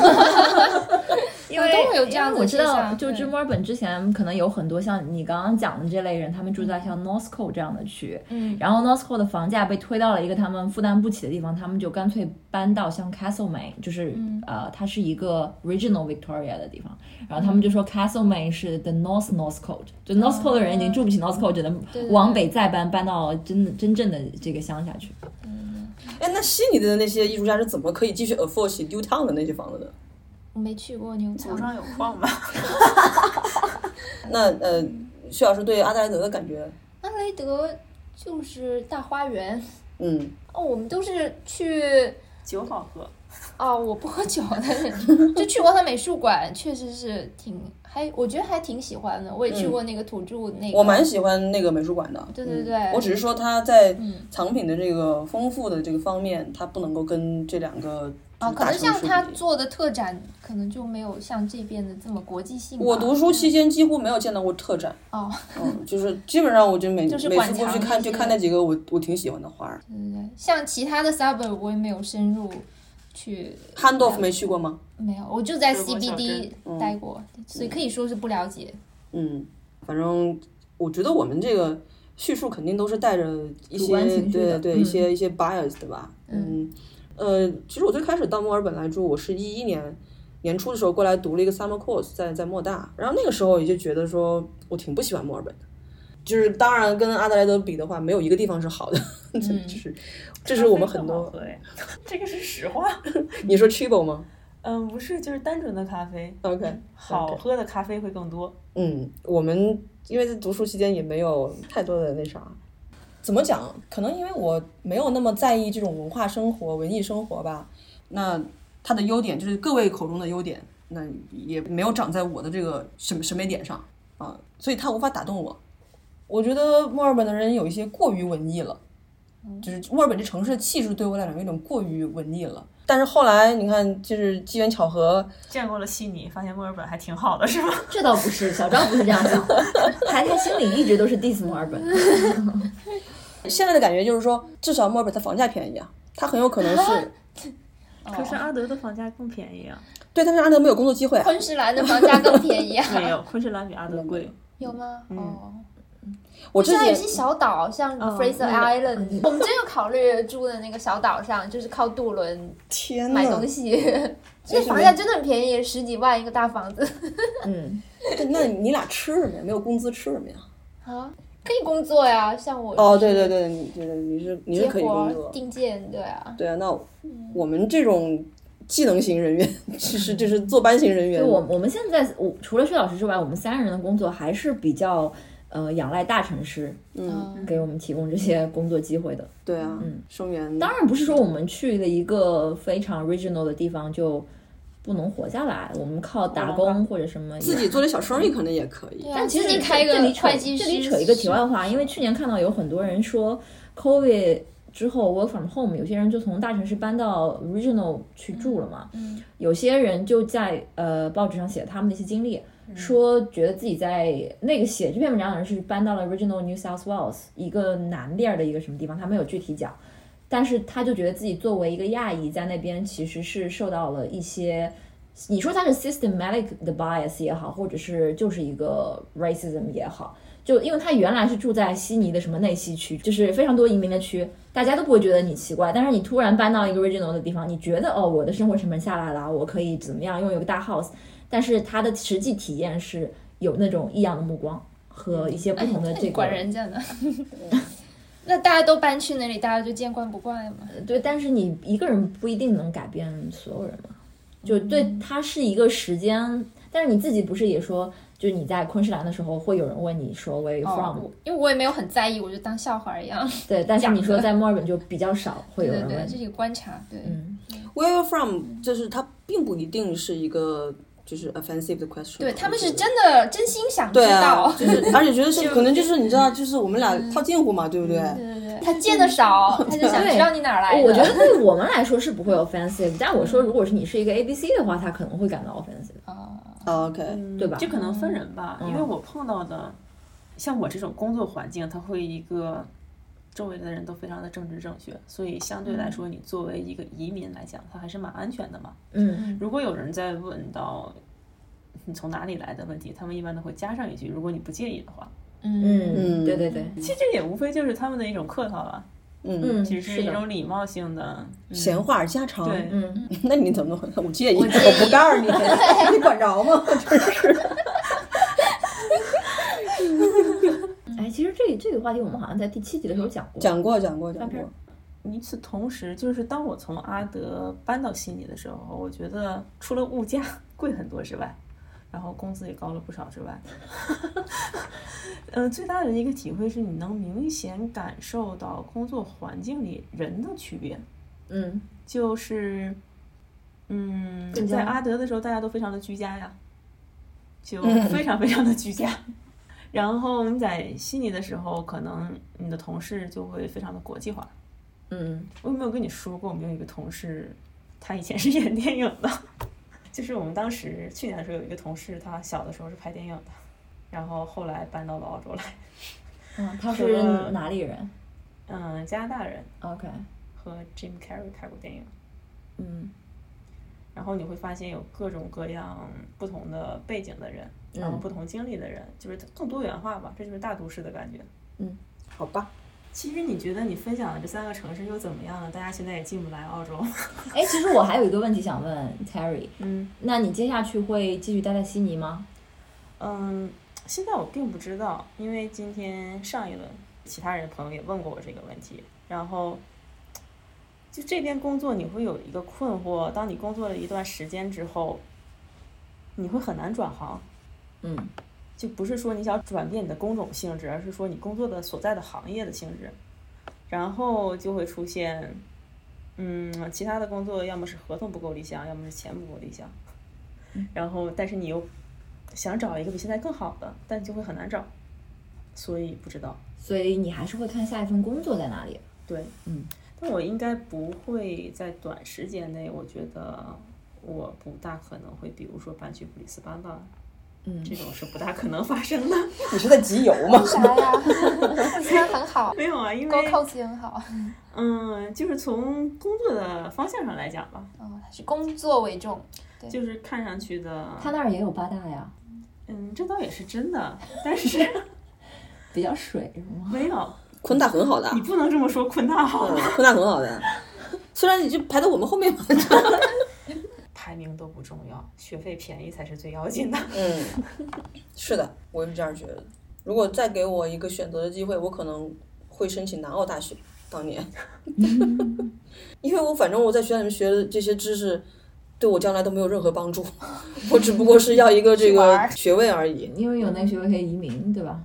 S4: 因为都会有这样
S2: 因
S4: 子
S2: 为我
S4: 的
S2: 知
S4: 现象。
S2: 道，就
S4: 对
S2: 知墨尔本之前可能有很多像你刚刚讲的这类人，他们住在像 Northco 这样的区域，
S4: 嗯
S2: 然后 Northco 的房价被推到了一个他们负担不起的地方，他们就干脆搬到像 Castlemaine，就是、呃，它是一个 Regional Victoria 的地方，然后他们就说 Castlemaine 是 the North Northco，就 Northco 的人已经住不起 Northco，只能
S4: 对对
S2: 往北再搬，搬到真真正的这个乡下去。
S3: 哎，那悉尼的那些艺术家是怎么可以继续 afford 起 New Town 的那些房子的？
S4: 我没去过牛
S5: 祖
S4: 场，
S5: 上有矿 吧？
S3: 那呃，薛老师对阿德莱德的感觉，
S4: 阿雷德就是大花园
S3: 嗯，
S4: 哦，我们都是去
S5: 酒好喝，
S4: 哦，我不喝酒，但是 就去过他美术馆，确实是挺还，我觉得还挺喜欢的。我也
S2: 嗯
S4: 去过那个土著那个，
S3: 我蛮喜欢那个美术馆的。
S4: 对对
S3: 嗯
S4: 对
S3: 我只是说它在藏品的这个丰富的这个方面，它不能够跟这两个
S4: 啊，可
S3: 大
S4: 能
S3: 城
S4: 像
S3: 市
S4: 他
S3: 比。
S4: 做的特展，可能就没有像这边的这么国际性吧。
S3: 我读书期间几乎没有见到过特展，
S4: 哦，
S3: 嗯，就是基本上我就每
S4: 就是
S3: 每
S4: 馆
S3: 次过
S4: 藏
S3: 去
S4: 那
S3: 看，就
S4: 些
S3: 看那几个我我挺喜欢的花儿。
S4: 对对对，像其他的 suburb 我也没有深入去，
S3: Handoff 没去过吗？
S4: 没有，我就在
S5: 德国小
S4: CBD 待过，所以可以说是不了解。
S3: 嗯，反正我觉得我们这个叙述肯定都是带着一
S2: 主
S3: 些
S2: 观情绪
S3: 对
S2: 的
S3: 对、
S2: 嗯
S3: 一些一些 bias 的吧。嗯，呃，其实我最开始到墨尔本来住，我是一一年年初的时候过来读了一个 summer course 在在莫大，然后那个时候也就觉得说我挺不喜欢墨尔本的。就是当然跟阿德莱德比的话，没有一个地方是好的，
S2: 嗯
S3: 这就是这是我们很
S5: 咖
S3: 多
S5: 啡更好喝哎，这个是实话。
S3: 你说 Chibo 吗
S5: 嗯，不是，就是单纯的咖啡，
S3: ？OK，
S5: 好喝的咖啡会更多。
S3: 嗯，我们因为在读书期间也没有太多的那啥。怎么讲？可能因为我没有那么在意这种文化生活、文艺生活吧。那它的优点就是各位口中的优点，那也没有长在我的这个审审美点上啊，所以它无法打动我。我觉得墨尔本的人有一些过于文艺了，就是墨尔本这城市的气质对我来讲有一种过于文艺了。但是后来你看，就是机缘巧合，
S5: 见过了悉尼，发现墨尔本还挺好的，是吗？
S2: 这倒不是，小张不是这样 想，他他心里一直都是 diss 墨尔本。
S3: 现在的感觉就是说，至少墨尔本它房价便宜啊，它很有可能
S4: 啊
S3: 是
S5: 可是阿德的房价更便宜啊。
S3: 对，但是阿德没有工作机会啊。
S4: 昆士兰的房价更便宜啊？
S5: 没有，昆士兰比阿德贵。
S4: 有吗？哦。
S3: 嗯我之
S4: 现在有些
S3: 前嗯
S4: 小岛，像 Fraser
S3: 那
S4: Island，、我们真有考虑住的那个小岛上，就是靠渡轮
S3: 天
S4: 买
S3: 呐
S4: 东，西，
S3: 为
S4: 这
S3: 什么
S4: 房价真的很便宜，十几万一个大房子
S2: 嗯，
S3: 对那你俩吃什么呀？没有工资吃什么呀？
S4: 啊，可以工作呀，像我
S3: 哦，对对，对，你对对你是你
S4: 接
S3: 是可以工
S4: 活
S3: 作，
S4: 定件，对啊，
S3: 对啊。那我们这种技能型人员，其实就是坐班型人员
S2: 就，我我们现在，我除了薛老师之外，我们三人的工作还是比较呃仰赖大城市
S3: 嗯，
S2: 给我们提供这些工作机会的。
S3: 对啊，
S4: 嗯
S3: 生源
S2: 当然不是说我们去了一个非常 regional 的地方就不能活下来，我们靠打工或者什么也。
S3: 自己做点小生意可能也可以。
S4: 但
S2: 其实
S4: 自己啊开
S2: 啊这
S4: 个
S2: 里扯
S4: 会计师，
S2: 这里扯一个题外话，因为去年看到有很多人说 COVID 之后 work from home，有些人就从大城市搬到 regional 去住了嘛，
S4: 嗯
S2: 有些人就在呃报纸上写他们的一些经历。
S4: 嗯
S2: 说觉得自己在那个写这篇文章的人是搬到了 Regional New South Wales 一个南边的一个什么地方，他没有具体讲，但是他就觉得自己作为一个亚裔在那边其实是受到了一些，你说他是 systematic 的 bias 也好，或者是就是一个 racism 也好，就因为他原来是住在悉尼的什么内西区，就是非常多移民的区，大家都不会觉得你奇怪。但是你突然搬到一个 regional 的地方，你觉得哦，我的生活成本下来了，我可以怎么样拥有一个大 house，但是他的实际体验是有那种异样的目光和一些不同的这个、
S4: 哎管人家呢。 那大家都搬去那里，大家就见惯不怪嘛。
S2: 对，但是你一个人不一定能改变所有人嘛。就对，它是一个时间，但是你自己不是也说，就你在昆士兰的时候，会有人问你说 Where are you from？、
S4: 哦我因为我也没有很在意，我就当笑话一样。
S2: 对，但是你
S4: 讲
S2: 说
S4: 的
S2: 在墨尔本就比较少会
S4: 对
S2: 有
S4: 对
S2: 人
S4: 对，
S2: 问
S4: 这
S2: 你。
S4: 是一个观察。对，
S2: 嗯，
S3: Where you're from，就是它并不一定是一个就是 offensive 的 question。
S4: 对他们是
S3: 我觉得
S4: 真的真心想知
S3: 对
S4: 道。
S3: 啊，就是而且觉得是可能就是你嗯知道，就是我们俩套近乎嘛，对不对？
S4: 对对对，他见 的少，他就想知道你哪儿来
S2: 哦
S4: 的。
S2: 我觉得对我们来说是不会 offensive，但我说如果是你是一个 A B C 的话，他可能会感到 offensive，
S4: 啊，
S3: 啊 OK，
S2: 对吧
S5: 嗯这可能分人吧，因为我碰到的，像我这种工作环境，它会一个周围的人都非常的政治正确，所以相对来说，你作为一个移民来讲，它还是蛮安全的嘛。
S2: 嗯，
S5: 如果有人在问到你从哪里来的问题，他们一般都会加上一句，如果你不介意的话，
S2: 嗯
S3: 嗯
S2: 对对对，
S5: 其实这也无非就是他们的一种客套了，
S3: 嗯，
S2: 嗯，
S5: 其实是一
S2: 的
S5: 种礼貌性的。嗯
S3: 闲话家常。
S5: 对，
S2: 嗯，
S3: 那你怎么回？我介意，我
S4: 介意
S3: 不告诉 你，你管着吗？
S2: 哎，其实这这个话题我们好像在第七集的时候讲过，
S3: 讲过，讲过，讲
S5: 照
S3: 过
S5: 片。与此同时，就是当我从阿德搬到悉尼的时候，我觉得除了物价 贵很多之外，然后工资也高了不少之外，嗯、最大的一个体会是你能明显感受到工作环境里人的区别，
S2: 嗯
S5: 就是，嗯，
S2: 更加
S5: 在阿德的时候，大家都非常的居家呀，就
S2: 嗯
S5: 非常非常的居家。 然后你在悉尼的时候，可能你的同事就会非常的国际化。
S2: 嗯
S5: 我有没有跟你说过，我们有一个同事，他以前是 演电影的，就是我们当时去年的时候有一个同事，他小的时候是拍电影的，然后后来搬到了澳洲来，
S2: 嗯，他
S5: 除
S2: 是
S5: 了
S2: 哪里人
S5: 嗯，加拿大人
S2: ？OK，
S5: 和 Jim Carrey 拍过电影，
S2: 嗯
S5: 然后你会发现有各种各样不同的背景的人，然后
S2: 嗯
S5: 不同经历的人，就是更多元化吧，这就是大都市的感觉。
S3: 好吧，
S5: 其实你觉得你分享的这三个城市又怎么样呢？大家现在也进不来澳洲。
S2: 哎，其实我还有一个问题想问 Terry，
S5: 嗯
S2: 那你接下去会继续待在悉尼吗？
S5: 嗯，现在我并不知道，因为今天上一轮其他人朋友也问过我这个问题，然后就这边工作你会有一个困惑，当你工作了一段时间之后，你会很难转行。
S2: 嗯
S5: 就不是说你想转变你的工种性质，而是说你工作的所在的行业的性质，然后就会出现，嗯，其他的工作要么是合同不够理想，要么是钱不够理想，然后但是你又想找一个比现在更好的，但就会很难找，所以不知道。
S2: 所以你还是会看下一份工作在哪里。
S5: 对，
S2: 嗯，
S5: 但我应该不会在短时间内，我觉得我不大可能会，比如说搬去布里斯班吧，
S2: 嗯
S5: 这种是不大可能发生的。
S3: 你是在集邮吗？
S4: 嗯啥呀？ 我觉得很好，
S5: 没有啊，因为
S4: 高 cos 也很好。
S5: 嗯，就是从工作的方向上来讲吧，
S4: 哦，还是工作为重。
S5: 就是看上去的，
S2: 他那儿也有八大呀，
S5: 嗯，这倒也是真的，但是
S2: 比较水是吗？
S5: 没有，
S3: 昆大很好 的啊，
S5: 你不能这么说，昆大好
S3: 嗯，昆大很好的啊。 虽然你就排在我们后面嘛，
S5: 排名都不重要，学费便宜才是最要紧的。
S3: 嗯，是的，我也是这样觉得。如果再给我一个选择的机会，我可能会申请南澳大学。当年， 因为我反正我在学校里面学的这些知识，对我将来都没有任何帮助。我只不过是要一个这
S4: 去玩
S3: 个
S4: 儿
S3: 学位而已。E
S2: 因为有那个学位可以移民，对吧？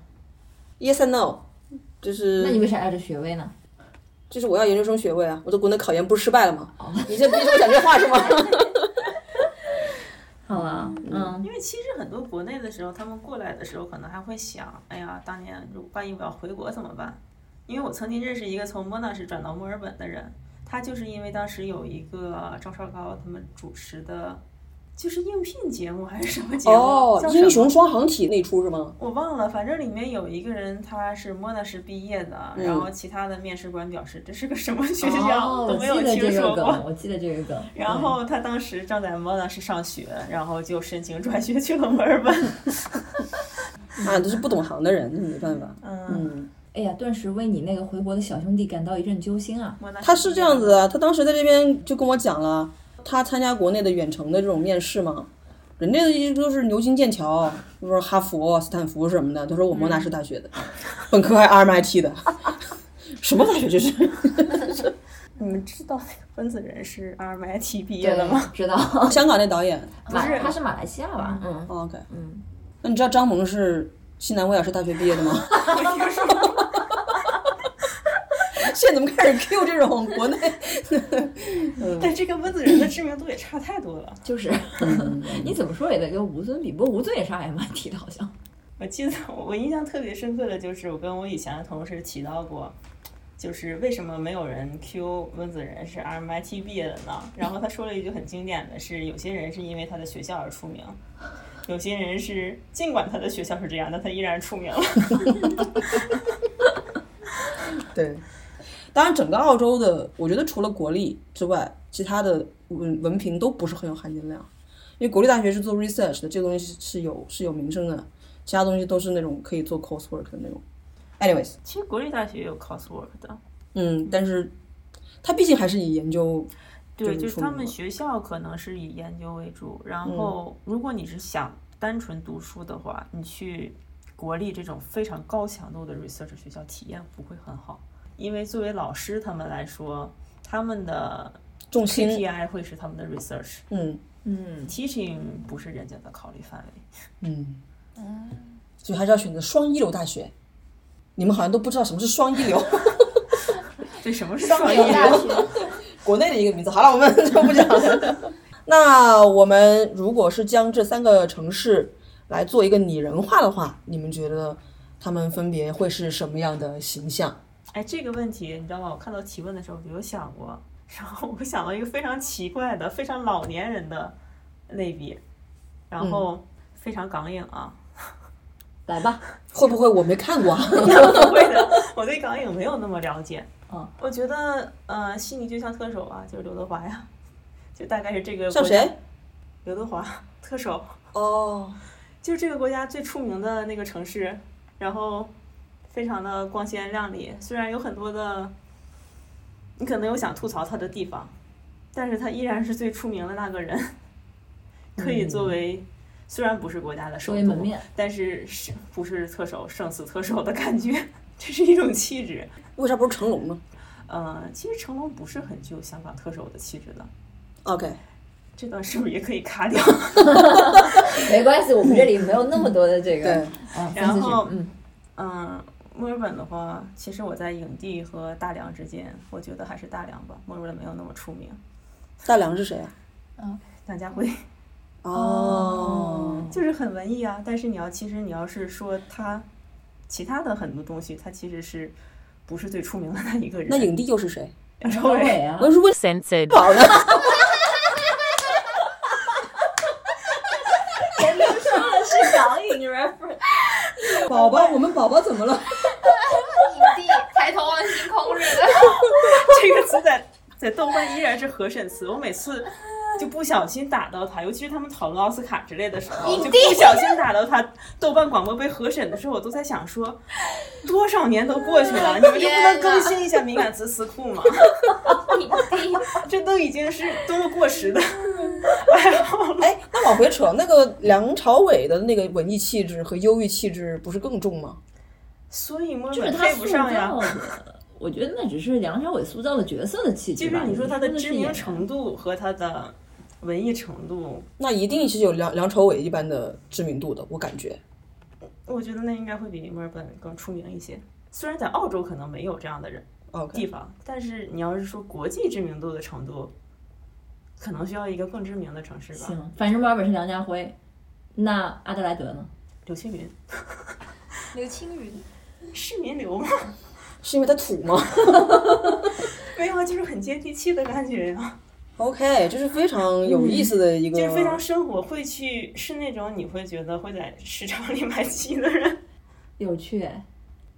S3: Yes and no，就是
S2: 那你为啥要这学位呢？
S3: 就是我要研究生学位啊！我在国内考研不是失败了吗？你这逼着我讲这话是吗？
S2: 好啊，嗯
S5: 因为其实很多国内的时候，他们过来的时候，可能还会想，哎呀，当年如果万一我要回国怎么办？因为我曾经认识一个从莫纳什转到墨尔本的人，他就是因为当时有一个赵少高他们主持的就是应聘节目还是什么节目？
S3: 哦
S5: 叫，什么
S3: 英雄双航体那出是吗？
S5: 我忘了，反正里面有一个人他是莫纳什毕业的，
S3: 嗯
S5: 然后其他的面试官表示这 是个什么学校、
S2: 哦，
S5: 都
S2: 我
S5: 没
S2: 记
S5: 有
S2: 得
S5: 听
S2: 这
S5: 说
S2: 个
S5: 过
S2: 梗，。我记得这个梗。
S5: 然后他当时正在莫纳什上学，然后就申请转学去了墨尔 本。
S3: 啊，都是不懂行的人，那没办法。
S5: 嗯，
S3: 嗯，
S2: 对，哎呀，顿时为你那个回国的小兄弟感到一阵揪心啊！
S5: 莫纳什
S3: 他是这样子的，他当时在这边就跟我讲了，他参加国内的远程的这种面试嘛，人家一都是牛津、剑桥，就是哈佛、斯坦福什么的，他说我莫纳什大学
S2: 嗯
S3: 的， 本科还 RMIT 的， 什么大学这是？
S5: 你们知道温子仁是 RMIT 毕业
S2: 对
S5: 的吗？？
S2: 知 道，
S3: 香港那导演
S2: 马
S5: 是
S2: 他是马来西亚吧？嗯，
S3: 哦，OK，
S2: 嗯，
S3: 那你知道张萌是西南威尔士大学毕业 的吗？ 现在怎么开始 Q 这种国内？
S5: 但这个温子仁的知名度也差太多了。
S2: 就是，
S5: 嗯
S2: 你怎么说也得跟吴尊比，不过吴尊也上 MIT 的，好像。
S5: 我记得我我印象特别深刻的就是我跟我以前的同事提到过，就是为什么没有人 Q 温子仁是 RMIT 毕业的呢？然后他说了一句很经典的是，有些人是因为他的学校而出名，有些人是尽管他的学校是这样，但他依然出名了。
S3: 对，当然整个澳洲的，我觉得除了国立之外，其他的文文凭都不是很有含金量，因为国立大学是做 research 的，这个东西是是有是有名声的，其他东西都是那种可以做 coursework 的那种。Anyways，
S5: 其实国立大学也有 coursework 的，
S3: 嗯，但是它毕竟还是以研究
S5: 对，
S3: 就是
S5: 就是
S3: 出
S5: 他
S3: 名
S5: 们
S3: 了
S5: 学校可能是以研究为主，然后如果你是想单纯读书的话，你去国立这种非常高强度的 research 学校体验不会很好，因为作为老师他们来说，他们的
S3: 重心，
S5: KPI 会是他们的 research
S3: 嗯
S5: teaching 不是人家的考虑范围。
S3: 嗯，所以还是要选择双一流大学。你们好像都不知道什么是双一流，
S5: 这什么是
S4: 双
S5: 双
S4: 流
S5: 语
S4: 大 学，
S3: 国内的一个名字。好了，我们 就不讲 了。那我们如果是将这三个城市来做一个拟人化的话，你们觉得他们分别会是什么样的形象？
S5: 哎，这个问题你知道吗？我看到提问的时候我就有想过，然后我想到一个非常奇怪的、非常老年人的类比，
S3: 嗯
S5: 然后非常港影啊，
S2: 来吧，
S3: 会不会我没看 过啊？
S5: 不会的，我对港影没有那么了解。
S2: 嗯，
S5: 我觉得呃，悉尼就像特首啊，就是刘德华呀，就大概是这个
S3: 像
S5: 国家
S3: 谁？
S5: 刘德华特首，
S3: 哦，
S5: 就是这个国家最出名的那个城市，然后非常的光鲜亮丽。虽然有很多的，你可能有想吐槽他的地方，但是他依然是最出名的那个人，可以作为、虽然不是国家的首
S2: 嗯作为门
S5: 都，
S2: 面，
S5: 但是是不是特首胜似特首的感觉， 这是一种气质。
S3: 为啥不是成龙呢
S5: 呃，其实成龙不是很具有香港特首的气质的，
S3: ？OK，
S5: 这段是不是也可以卡掉？
S2: 没关系，我们这里没有那么多的这个
S3: 对，
S2: 啊，
S5: 然
S2: 分析
S5: 后
S2: 学嗯，
S5: 嗯，墨尔本的话，其实我在影帝和大良之间，我觉得还是大良吧，墨尔本没有那么出名。
S3: 大梁是谁啊？
S5: 梁家辉
S3: 哦，
S5: 就是很文艺啊，但是你要其实你要是说他其他的很多东西，他其实是不是最出名的那一个人？
S3: 那影帝又是谁？
S5: 梁朝
S2: 高
S5: 伟
S2: 伟啊
S3: 我，是问
S6: censored.
S3: 宝呢？
S2: 前面说的是港影 reference，
S3: 宝宝，我们宝宝怎么了？
S4: 影帝抬头望星空似的。
S5: 这个词在在豆瓣依然是和审词，我每次就不小心打到它，尤其是他们讨论奥斯卡之类的时候，就不小心打到它。豆瓣广播被和审的时候，我都在想说，多少年都过去了，你们就不能更新一下敏感词词库吗？
S4: 影帝，
S5: 这都已经是多么过时的爱好 了。
S3: 哎，那往回扯，那个梁朝伟的那个文艺气质和忧郁气质不是更重吗？
S5: 所以墨尔
S2: 就是
S5: 本
S2: 他
S5: 配不
S2: 塑
S5: 上呀
S2: 造。的。我觉得那只是梁朝伟塑造的角色的气
S5: 就
S2: 质
S5: 是
S2: 吧。
S5: 你说他的
S2: 是
S5: 知
S2: 演
S5: 名
S2: 员
S5: 程度和他的文艺程度，
S3: 那一定是有梁梁朝伟一般的知名度的，我感觉。
S5: 我觉得那应该会比墨尔本更出名一些。虽然在澳洲可能没有这样的人，地
S3: OK，
S5: 方，但是你要是说国际知名度的程度，可能需要一个更知名的城市吧。
S2: 行，反正墨尔本是梁家辉，那阿德莱德呢？
S5: 刘青云，
S4: 刘青云，
S5: 市民流吗？
S3: 是因为他土吗？
S5: 没有啊，就是很接地气的感觉呀、
S3: OK，这是 非常有意思的一个，
S5: 就是非常生活，会去是那种你会觉得会在市场里买鸡的人，
S2: 有趣。哎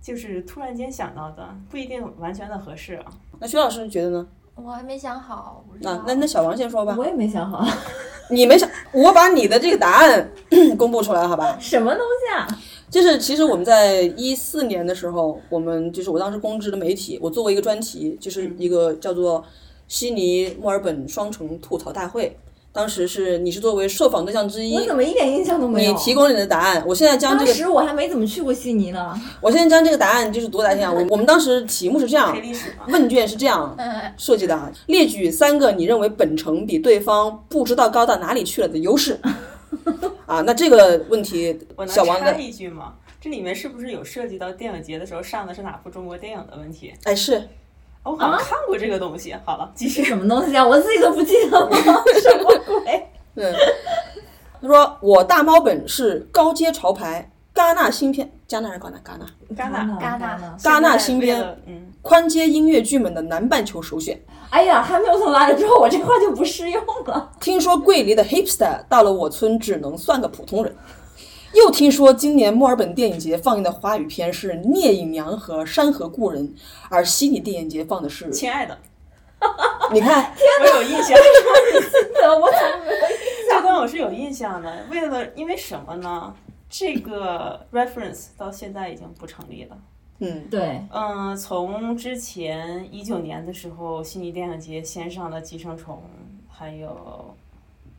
S5: 就是突然间想到的，不一定完全的合适啊。
S3: 那薛老师觉得呢？
S4: 我还没想好，我不知
S3: 那
S4: 道
S3: 那那小王先说吧，
S2: 啊我也没想好
S3: 你没想，我把你的这个答案 公布出来，好吧？
S2: 什么东西啊。
S3: 就是其实我们在一四年的时候，我们就是我当时公知的媒体，我做过一个专
S2: 嗯
S3: 题，就是一个叫做悉尼墨尔本双城吐槽大会。当时是你是作为受访对象之一
S2: 我，怎么一点印象都没有？
S3: 你提供了你的答案。我现在将这
S2: 当
S3: 个，
S2: 时我还没怎么去过悉尼呢。
S3: 我现在将这个答案就是读给大家听啊。我我们当时题目是这样
S5: 黑，历 史嘛，
S3: 问卷是这样
S5: 嗯
S3: 设计的啊，列举三个你认为本城比对方不知道高到哪里去了的优势。啊，那这个问题
S5: 我，能
S3: 小王
S5: 插
S3: 的，
S5: 一句吗？这里面是不是有涉及到电影节的时候上的是哪部中国电影的问题？
S3: 哎，是
S5: 哦我好像
S3: 啊
S5: 看过这个东西。好了，继
S2: 是
S5: 续。
S2: 什么东西啊？我自己都不记得了， 什么鬼？
S3: 对，他说我大猫本是高阶潮牌，戛纳新片，戛纳还是戛纳？戛纳
S5: 戛纳，
S4: 戛纳
S2: 纳。
S3: 戛纳新
S5: 为
S3: 片，
S5: 了嗯，
S3: 宽街音乐剧们的南半球首选。
S2: 哎呀，汉密尔顿来了之后，我这话就不适用了。
S3: 听说桂林的 hipster 到了我村只能算个普通人。又听说今年墨尔本电影节放映的华语片是《聂隐娘》和《山河故人》，而悉尼电影节放的是……
S5: 亲爱的，
S3: 你看，
S5: 我有印象，
S2: 我怎么没有
S5: 这段我是有印象的。为了，因为什么呢？这个 reference 到现在已经不成立了。
S3: 嗯，
S2: 对，
S5: 嗯、从之前一九年的时候，悉尼电影节先上了《寄生虫》，还有《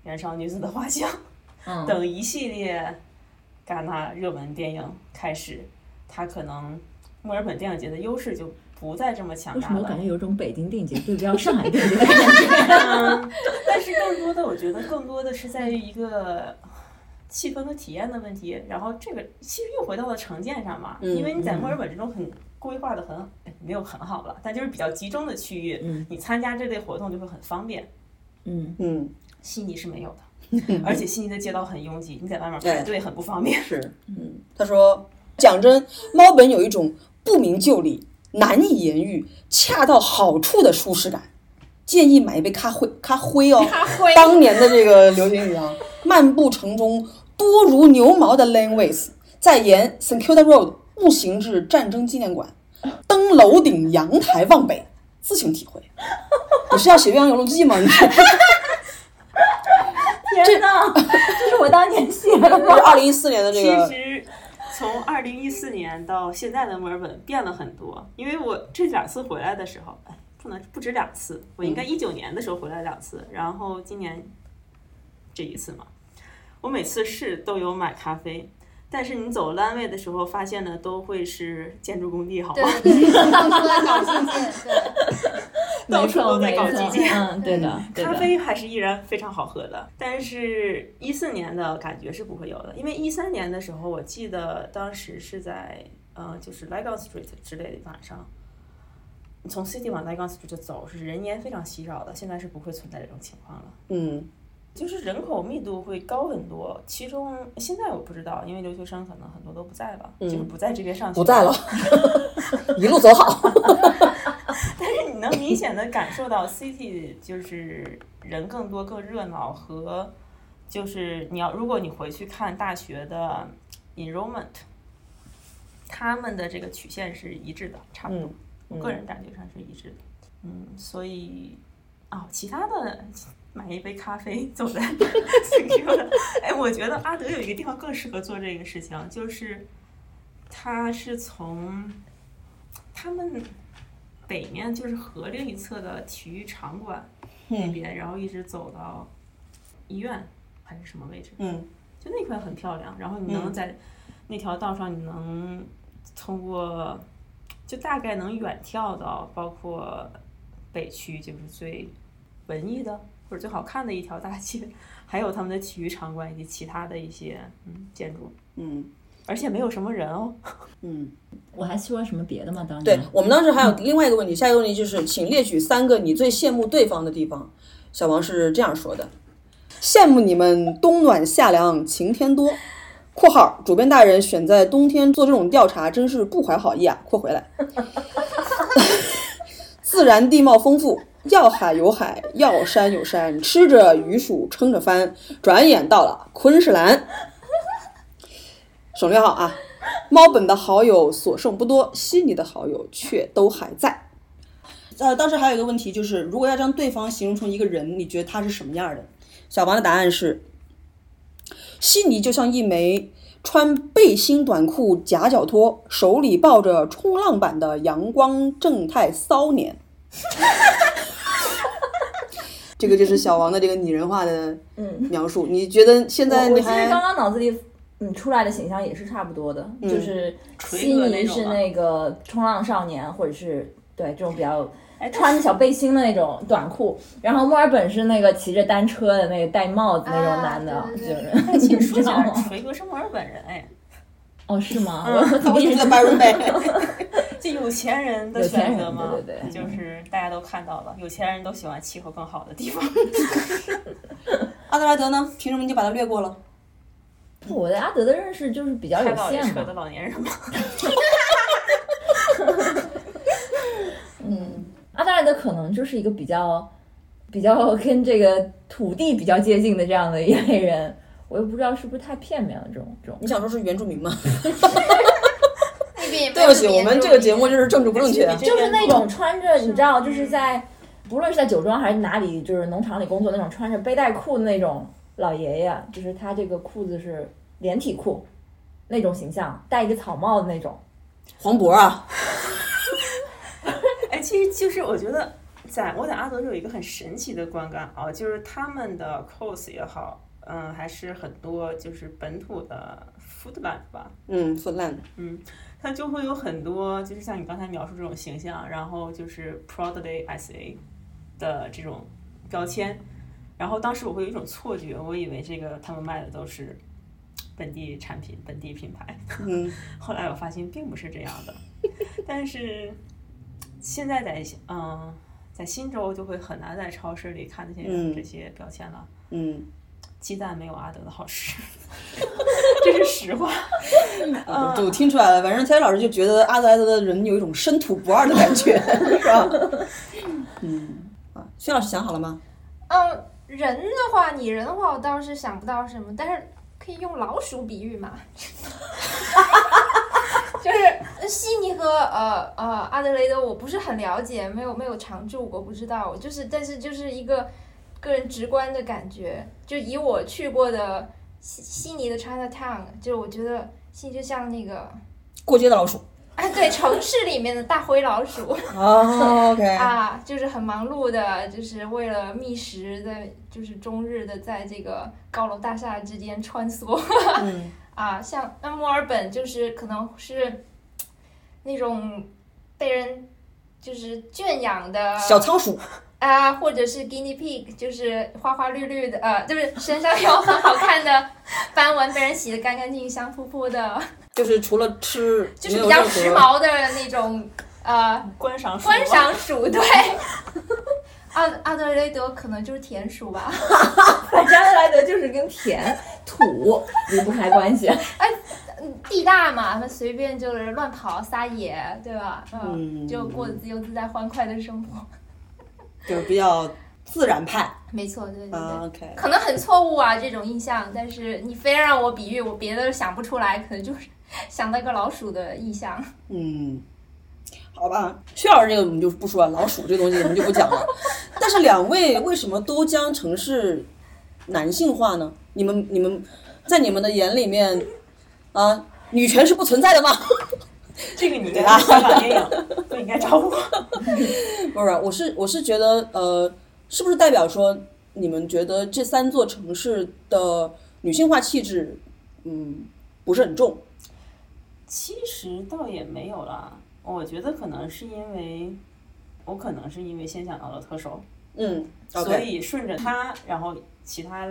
S5: 燃烧女子的画像》
S2: 嗯
S5: 等一系列戛纳热门电影开始，它可能墨尔本电影节的优势就不再这么强
S2: 为
S5: 大
S2: 什么我感
S5: 了。
S2: 觉有种北京电影节对标上海电影节的感觉？
S5: 嗯，但是更多的，我觉得更多的是在于一个。气氛和体验的问题，然后这个其实又回到了城建上嘛，
S3: 嗯
S5: 因为你在墨尔本这种很规划的很、哎没有很好了，但就是比较集中的区域，
S2: 嗯
S5: 你参加这类活动就会很方便。
S2: 嗯，
S3: 嗯，
S5: 悉尼是没有 的，而且悉尼的街道很拥挤，你在外面排队很不方便。
S3: 是，嗯，他说，讲真，猫本有一种不明就里、难以言喻、恰到好处的舒适感。建议买一杯咖啡，咖啡哦，
S4: 咖啡
S3: 当年的这个流行语啊，漫步城中多如牛毛的 laneways，再沿 St Kilda Road 步行至战争纪念馆，登楼顶阳台望北，自行体会。 你是要写《岳阳游录记》吗？你是
S2: 天哪，这是我当年写的吗？
S3: 二零一四年的这
S5: 其
S3: 个，
S5: 实从二零一四年到现在的墨尔本变了很多，因为我这两次回来的时候，哎，不能不止两次，我应该一九年的时候回来两次，然后今年这一次嘛，我每次是都有买咖啡。但是你走烂位的时候，发现的都会是建筑工地，好
S4: 对
S5: 吗？
S4: 对对，都在搞基建，对。
S5: 到
S2: 没
S5: 处都
S2: 错
S5: 在
S2: 没
S5: 搞
S2: 错，
S5: 基建
S2: 嗯，对的，对
S5: 咖
S2: 的。
S5: 啡还是依然非常好喝的，但是一四年的感觉是不会有的，因为一三年的时候，我记得当时是在呃，就是 Legon Street 之类的晚上，你从 City 往 Legon Street 走是人烟非常稀少的，现在是不会存在这种情况了。
S3: 嗯
S5: 就是人口密度会高很多，其中现在我不知道，因为留学生可能很多都不在了，
S3: 嗯
S5: 就是不在这边上
S3: 不
S5: 学，
S3: 在了，一路走好。
S5: 你能明显的感受到 city 就是人更多、更热闹和就是你要，如果你回去看大学的 enrollment，他们的这个曲线是一致的，差不多，
S3: 嗯
S5: 我个人感觉上是一致的。嗯，所以哦，其他的买一杯咖啡走在 CQ 的，哎，我觉得阿德有一个地方更适合做这个事情，就是他是从他们北面就是河另一侧的体育场馆那边，然后一直走到医院还是什么位置，
S3: 嗯
S5: 就那块很漂亮。然后你能在那条道上，你能通过就大概能远眺到，包括北区就是最文艺的或者最好看的一条大街，还有他们的体育场馆以及其他的一些嗯建筑，
S3: 嗯
S5: 而且没有什么人 哦。
S3: 嗯。
S2: 我还希望什么别的吗？当年
S3: 对我们当时还有另外一个问题，下一个问题就是，请列举三个你最羡慕对方的地方。小王是这样说的：羡慕你们冬暖夏凉，晴天多。（括号主编大人选在冬天做这种调查， 真是不怀好意啊。）（括回来）自然地貌丰富，要海有海，要山有山，吃着鱼薯撑着帆，转眼到了昆士兰。省略号啊，猫本的好友所剩不多，悉尼的好友却都还在。呃，当时还有一个问题就是，如果要将对方形容成一个人，你觉得他是什么样的？小王的答案是：悉尼就像一枚穿背心短裤夹脚拖，手里抱着冲浪板的阳光正太骚年。 这个就是小王的这个拟人化的
S2: 嗯
S3: 描述。你觉得现在
S2: 我我
S3: 你
S2: 其实
S3: 还嗯
S2: 刚刚脑子里嗯出来的形象也是差不多的，就是悉
S5: 锤哥
S2: 尼
S5: 那种
S2: 是
S5: 啊
S2: 那个冲浪少年，或者是对这种比较
S5: 哎，但
S2: 穿着小背心的那种短裤，然后墨尔本是那个骑着单车的那个戴帽子那种
S4: 啊
S2: 男的，
S4: 对
S2: 就
S4: 对
S2: 是
S5: 但其实说
S2: 知
S5: 起
S2: 道
S5: 来
S2: 吗，？
S5: 锤哥是墨尔本人哎，
S2: 哦，是吗？
S5: 嗯
S2: 我我怎么
S3: 为什
S2: 一
S3: 么
S2: 直
S3: 在 Byron Bay？
S5: 这有钱人的
S2: 有钱
S5: 选
S2: 人
S5: 择嘛，
S2: 对对对
S5: 就是大家都看到了，有钱人都喜欢气候更好的地方。
S3: 阿德莱德呢？凭什么你就把它略过了？
S2: 我对阿德的认识就是比较
S5: 开
S2: 有
S5: 老爷
S2: 限
S5: 车
S2: 嘛
S5: 的，老年人嘛，
S2: 阿德莱德可能就是一个比较比较跟这个土地比较接近的这样的一类人，我又不知道是不是太片面了这种这种
S3: 你。想说是原住民吗？
S4: 那边也没
S3: 对
S4: 有
S3: 不
S4: 什
S3: 起，
S4: 么
S3: 我
S4: 严
S3: 们
S4: 重
S3: 这个节目
S4: 的
S3: 就是政治不正确。
S5: 你这
S2: 就是
S5: 边
S2: 那
S5: 不嗯
S2: 种穿着，你知道，
S4: 吗
S2: 就是在不论是在酒庄还是哪里，就是农场里工作那种穿着背带裤的那种老爷爷，就是他这个裤子是连体裤那种形象，戴一个草帽的那种。
S3: 黄渤啊，
S5: 哎，其实就是我觉得在我在阿德有一个很神奇的观感啊，就是他们的 cos 也好，嗯，还是很多就是本土的 foodland 吧，
S3: 嗯，腐烂的，
S5: 它就会有很多就是像你刚才描述这种形象，然后就是 proudly SA 的这种标签。然后当时我会有一种错觉，我以为这个他们卖的都是本地产品、本地品牌。
S3: 嗯，
S5: 后来我发现并不是这样 的，但是现在在嗯、在新州就会很难在超市里看见
S3: 嗯
S5: 这些标签了。
S3: 嗯，
S5: 鸡蛋没有阿德的好吃， 这是实话。
S3: 啊，就听出来了。反正蔡徐老师就觉得阿德莱德的人有一种深土不二的感 觉，是吧？嗯，啊，薛老师想好了吗？
S4: 嗯，人的话，拟人的话，我倒是想不到什么，但是可以用老鼠比喻嘛。 就是悉尼和呃呃阿德雷德，我不是很了解，没有没有常住过，不知道。我就是，但是就是一个个人直观的感觉，就以我去过的悉悉尼的 China Town，就我觉得悉尼就像那个，
S3: 过街的老鼠
S4: 哎，对，城市里面的大灰老鼠。
S3: 啊，OK，
S4: 啊，就是很忙碌的，就是为了觅食在就是终日的在这个高楼大厦之间穿梭
S3: 嗯
S4: 啊。像那墨尔本就是可能是那种被人就是圈养的
S3: 小仓鼠，
S4: 啊，或者是 guinea pig，就是花花绿绿的，呃，就是身上有很好看的斑纹，被人洗得干干净净、香扑扑的，
S3: 就是除了吃，
S4: 就是
S3: 没
S4: 比
S3: 有
S4: 较
S3: 任何
S4: 时。髦的那种呃
S5: 观赏鼠
S4: 观赏鼠 对。阿阿德雷德可能就是田鼠吧，
S2: 反正阿德莱德就是跟田土离不开关系。
S4: 嗯地大嘛，他们随便就是乱跑撒野，对吧？嗯，
S3: 嗯
S4: 就过得自由自在、欢快的生活。
S3: 就是比较自然派
S4: 没错，对对对，
S3: 啊，OK，
S4: 可能很错误啊这种印象，但是你非让我比喻，我别的想不出来，可能就是想到一个老鼠的意象。
S3: 嗯，好吧，薛老师这个我们就不说了，老鼠这东西我们就不讲了。但是两位为什么都将城市男性化呢？你们你们在你们的眼里面啊，女权是不存在的吗？
S5: 这个你应该看香港电影，不应该找我。
S3: 不是，我是我是觉得呃，是不是代表说你们觉得这三座城市的女性化气质，嗯，不是很重？
S5: 其实倒也没有啦，我觉得可能是因为，我可能是因为先想到了特首
S3: 嗯
S5: 所
S3: ，OK，
S5: 以顺着它，然后其他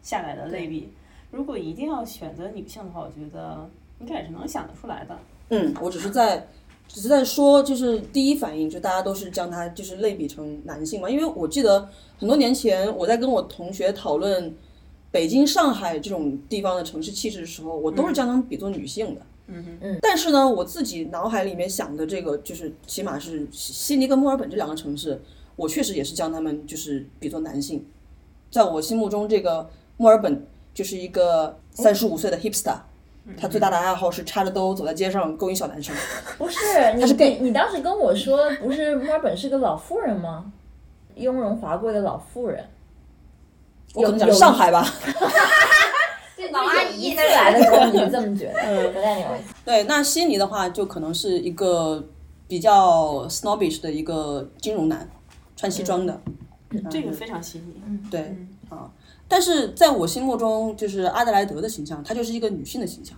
S5: 下来的类比。如果一定要选择女性的话，我觉得应该也是能想得出来的。
S3: 嗯，我只是在只是在说，就是第一反应就大家都是将它就是类比成男性嘛，因为我记得很多年前我在跟我同学讨论北京、上海这种地方的城市气质的时候，我都是将它们比作女性的。
S5: 嗯哼，
S3: 但是呢，我自己脑海里面想的这个，就是起码是悉尼跟墨尔本这两个城市，我确实也是将他们就是比作男性，在我心目中，这个墨尔本就是一个三十五岁的 hipster，他最大的爱好是插着兜走在街上勾引小 男生。
S2: 不是你
S3: 是 gay
S2: 你你当时跟我说，不是墨尔本是个老妇人吗？雍容华贵的老妇人，
S3: 我可能
S2: 有
S3: 讲是上海吧。
S2: 对
S4: 老阿姨嗯
S2: 次来的时候你是这么 觉得，不带你玩。
S3: 对，那悉尼的话，就可能是一个比较 snobbish 的一个金融男，穿西装的。
S5: 这个非常吸引你。
S3: 对，啊，但是在我心目中，就是阿德莱德的形象，她就是一个女性的形象。